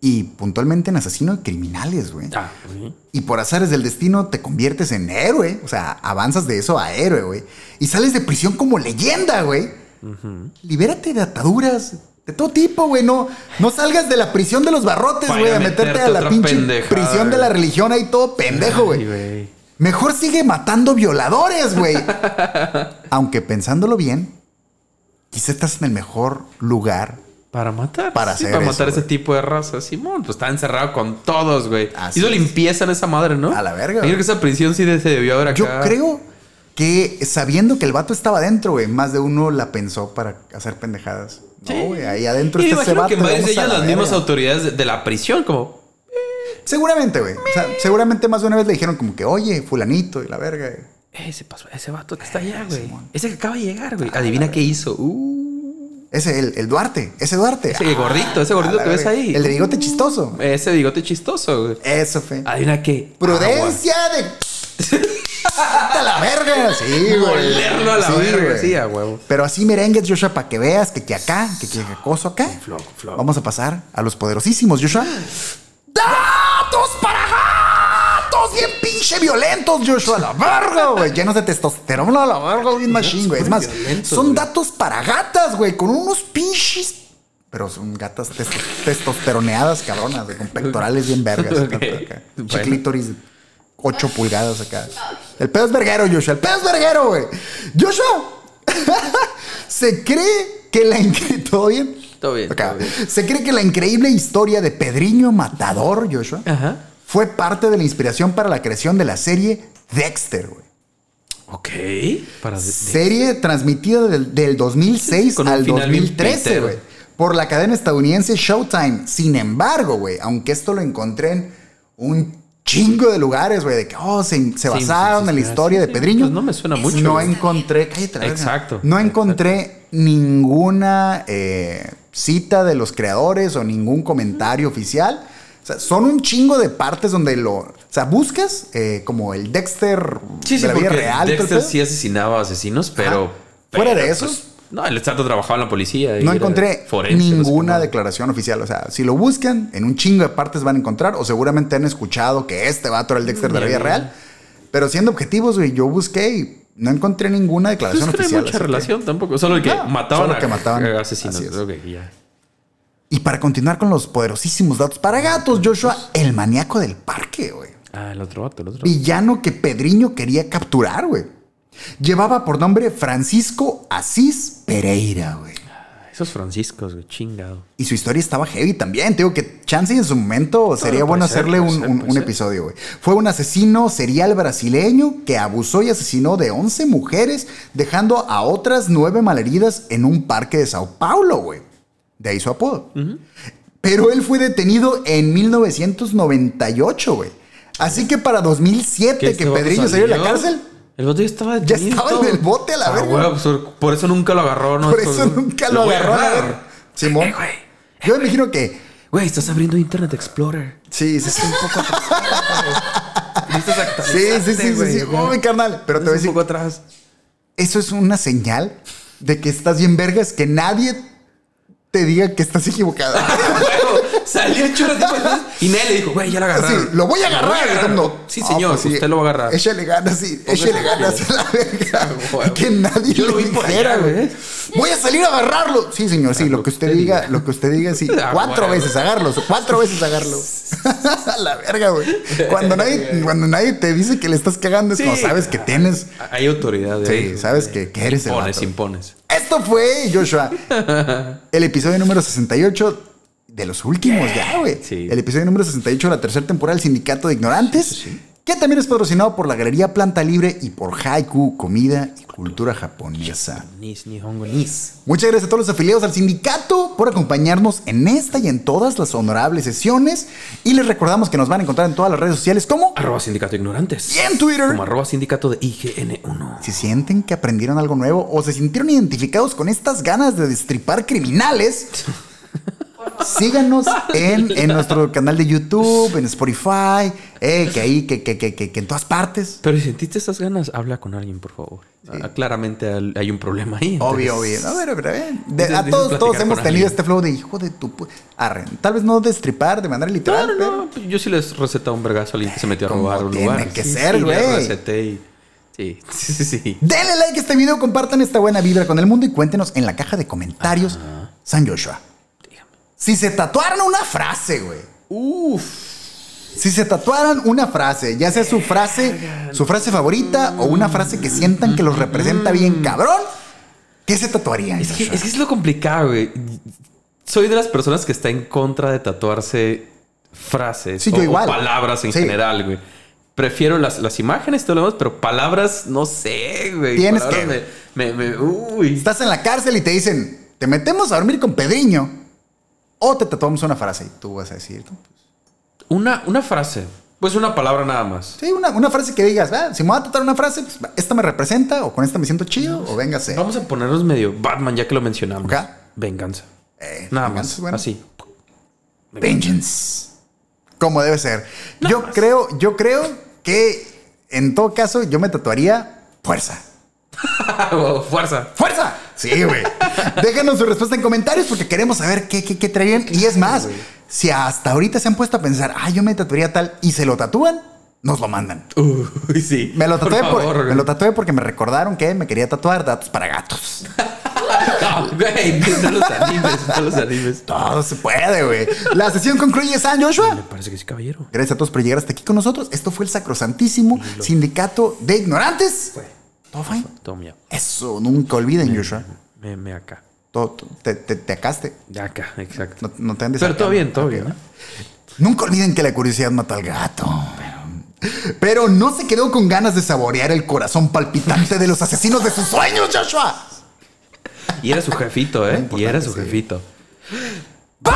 y puntualmente en asesino de criminales, güey, Ah, sí. y por azares del destino te conviertes en héroe, o sea, avanzas de eso a héroe, güey, y sales de prisión como leyenda, güey, libérate de ataduras. De todo tipo, güey, no, no salgas de la prisión de los barrotes, Para güey, a meterte meterte a a la otra pinche pendejada, prisión de la güey. religión ahí todo pendejo, Ay, güey. güey. Mejor sigue matando violadores, güey. Aunque pensándolo bien, quizá estás en el mejor lugar Para matar. Para sí, hacer Para eso, matar ese güey. tipo de raza. Simón, pues está encerrado con todos, güey. Así Hizo es. limpieza en esa madre, ¿no? A la verga, Yo creo güey. que esa prisión sí de- se debió haber acá. Yo creo que sabiendo que el vato estaba adentro, güey, más de uno la pensó para hacer pendejadas. Sí. No, güey, ahí adentro y me está ese este imagino vato. que en varias vamos de a ellas la las mismas verga. autoridades de, de la prisión, como... Seguramente, güey. O sea, seguramente más de una vez le dijeron como que, oye, fulanito y la verga. güey. "Eh, Ese, pasó, ese vato que está allá, güey. Simón. Ese que acaba de llegar, güey. Adivina qué hizo. Uh, Ese, el, el Duarte, ese Duarte. ese gordito, ese Ah, gordito la que ves verga. ahí. El de bigote Uh, chistoso. Ese bigote chistoso, güey. Eso fue. Adivina qué. Prudencia Ah, de. ¡A la verga! Sí, güey. Molerlo a la verga, güey. sí, a huevo. Pero así merengues, Joshua, para que veas que aquí acá, que aquí acoso acá. flow, con flow. Vamos a pasar a los poderosísimos, Joshua. ¡Datos para gatos! Bien pinche violentos, Joshua, a la verga, güey. Llenos de testosterona, a la verga, bien machín, güey. Es más, violentos, son güey. datos para gatas, güey, con unos pinches. Pero son gatas testo- testosteroneadas, cabronas, güey, con pectorales bien vergas. Ok. acá. Bueno. Chiclítoris, 8 pulgadas acá. El pedo es verguero, Joshua. El pedo es verguero, güey. Joshua se cree que la increíble. ¿Todo bien? Todo bien, Ok. todo bien. Se cree que la increíble historia de Pedriño Matador, Joshua, Ajá. fue parte de la inspiración para la creación de la serie Dexter, güey. Ok. Para de- de- Serie transmitida del, del 2006 Con un al final bien 2013, pitero. güey. Por la cadena estadounidense Showtime. Sin embargo, güey, aunque esto lo encontré en un chingo de lugares, güey, de que, oh, se, se Sí, basaron sí, sí, en la sí, historia sí, de sí, Pedriño. pues no me suena mucho, No güey. encontré, cállate, la verga. Exacto. No encontré ninguna eh, cita de los creadores o ningún comentario oficial. O sea, son un chingo de partes donde lo. O sea, buscas eh, como el Dexter Sí, sí, de la vida porque real. todo el Dexter pedo. sí asesinaba asesinanos, pero... Fuera de pero, eso. pues, no, el Estado trabajaba en la policía. y No era encontré forense, no sé qué ninguna más. declaración oficial. O sea, si lo buscan, en un chingo de partes van a encontrar, o seguramente han escuchado que este vato era el Dexter de la Ya, vida ya. real. Pero siendo objetivos, güey, yo busqué y no encontré ninguna Pues declaración es que no hay oficial. mucha así que- relación tampoco. Solo que No, mataban solo que a mataban. a asesinos. Así es. Ok, ya. Y para continuar con los poderosísimos datos para gatos, Joshua, el maníaco del parque, güey. Ah, el otro vato, el otro. Villano que Pedriño quería capturar, güey. Llevaba por nombre Francisco Asís Pereira, güey. Esos franciscos, güey, chingado. Y su historia estaba heavy también. Te digo que chance y en su momento sería puede bueno ser, hacerle puede un, ser, un- puede un ser. episodio, güey. Fue un asesino serial brasileño que abusó y asesinó de 11 mujeres, dejando a otras 9 malheridas en un parque de Sao Paulo, güey. De ahí su apodo. Pero él fue detenido en 1998, güey. Así que para 2007, que este vato Pedrillo salió de la salió? cárcel, El bote ya estaba ya detenido estaba todo. en el bote a la Ah, verga. güey, pues, por, por eso nunca lo agarró, ¿no? por Esto- eso nunca lo voy a agarró. a la agarrar. verga. Simón. Eh, güey. Yo me imagino que. Güey, estás abriendo Internet Explorer. Sí, sí, sí. No estás Sí, actualizando, sí, sí, sí, güey. sí. Oh, mi carnal. Pero te voy a Estás un decir, poco atrás. eso es una señal Ah, de que estás bien vergas, que nadie te diga que estás equivocada. Salió hecho una tipo de cosas y nadie le dijo, güey, ya la agarraron. Sí, lo voy a agarrar. Cuando- Sí, Ah, señor, pues sí. usted lo va a agarrar. Ella le gana, sí. Ella le gana a la verga. Ah, güey. Y que nadie Yo lo le vi por dijera, allá, güey. Voy a salir a agarrarlo. Sí, señor, sí. Lo que usted diga, lo que usted diga, sí. Ah, Cuatro güey. veces agarrarlo. Cuatro veces agarrarlo. A la verga, güey. Cuando nadie, cuando nadie te dice que le estás cagando, es Sí. como sabes que tienes. Hay autoridad. de Sí, ahí, güey. sabes que- que eres el Impones, vato. impones. Esto fue, Joshua, el episodio número 68 de los últimos ya, güey. Sí. El episodio número 68 de la tercera temporada del Sindicato de Ignorantes, que también es patrocinado por la Galería Planta Libre y por Haiku, Comida y Cultura Japonesa. Nis, ni hongo, nis. Muchas gracias a todos los afiliados al sindicato por acompañarnos en esta y en todas las honorables sesiones. Y les recordamos que nos van a encontrar en todas las redes sociales como... Arroba sindicato de ignorantes. Y en Twitter. Como arroba sindicato de IGN1. Si sienten que aprendieron algo nuevo o se sintieron identificados con estas ganas de destripar criminales, síganos en, en nuestro canal de YouTube, en Spotify, eh, que ahí, que, que, que, que, que en todas partes. Pero si sentiste esas ganas, habla con alguien, por favor. Ah, Claramente al- hay un problema ahí. Obvio, entonces- obvio. A ver, a ver, a ver. De- Dices- a todos, dices todos platicar hemos con tenido alguien. este flow de hijo de tu pu- Arre, tal vez no destripar de manera No, literal, no, pero no. pues, Yo sí les recetaba un vergazo a alguien que se metió a Como robar un tiene lugar. que Sí, ser, sí, le güey. receté y- Sí, sí, sí, sí. denle like a este video, compartan esta buena vibra con el mundo y cuéntenos en la caja de comentarios, San Joshua. Dígame. Si se tatuaron una frase, güey. Uf. Si se tatuaran una frase, ya sea su frase, su frase favorita o una frase que sientan que los representa bien cabrón, ¿qué se tatuarían? Es que, Joshua? es que es lo complicado, güey. Soy de las personas que está en contra de tatuarse frases Sí, o, yo o igual. palabras en Sí. general, güey. Prefiero las, las imágenes, todo lo demás, pero palabras, no sé, güey. Tienes Palabras Me, me- me- uy. Estás en la cárcel y te dicen, te metemos a dormir con Pedriño o te tatuamos una frase y tú vas a decir, ¿no? Una, una frase. Pues una palabra nada más. sí, una, una frase que digas, "Ah, si me voy a tatuar una frase, pues, esta me representa o con esta me siento chido o véngase. Vamos a ponernos medio Batman, ya que lo mencionamos. Ok. Venganza. Eh, Nada venganza más. es buena. Así. Vengeance. Como debe ser. yo creo, yo creo que en todo caso yo me tatuaría fuerza. Ah, Wow, Fuerza. ¡Fuerza! Sí, güey. Déjanos su respuesta en comentarios porque queremos saber qué, qué, qué traían. Y es más, si hasta ahorita se han puesto a pensar, ah, yo me tatuaría tal y se lo tatúan, nos lo mandan. Uy, sí. Me lo, tatué por favor, güey. me lo tatué porque me recordaron que me quería tatuar datos para gatos. No, güey, no los animes, no los animes. Todo se puede, güey. La sesión concluye, San Joshua. Me parece que sí, caballero. Gracias a todos por llegar hasta aquí con nosotros. Esto fue el Sacrosantísimo Sindicato de Ignorantes. ¿Todo fine? Todo mío. Eso, nunca olviden, Joshua. Me, me acá. Todo, todo- te, te, te acaste. De acá, exacto. No, no te andes Pero todo sacando. bien, todo Ok, bien. ¿eh? va. Nunca olviden que la curiosidad mata al gato. Pero no se quedó con ganas de saborear el corazón palpitante de los asesinos de sus sueños, Joshua. Y era su jefito, ¿eh? Muy Y era importante, su sí. jefito. Bye.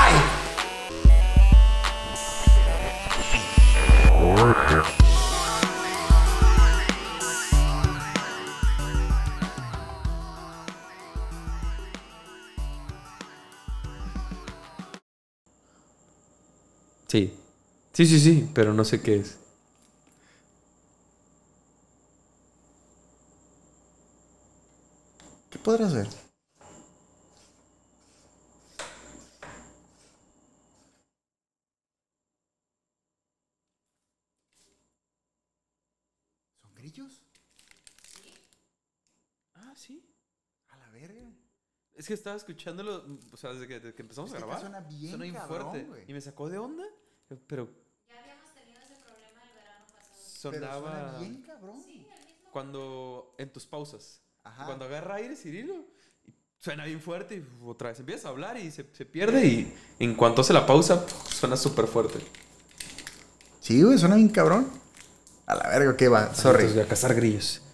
Sí. Sí, sí, sí, pero no sé qué es. ¿Qué podrá hacer? ¿Son grillos? Ah, sí. A la verga. Es que estaba escuchándolo, o sea, desde que, desde que empezamos Es que este suena bien cabrón, güey. me sacó de onda, pero Ya habíamos tenido ese problema el verano pasado. Pero suena bien cabrón. cuando en tus pausas. Ajá. Cuando agarra aire Cirilo, y suena bien fuerte y uf, otra vez empieza a hablar y se, se pierde y en cuanto hace la pausa, puf, suena súper fuerte. Sí, güey, suena bien cabrón. A la verga, ¿qué va? Sorry. Entonces, a cazar grillos.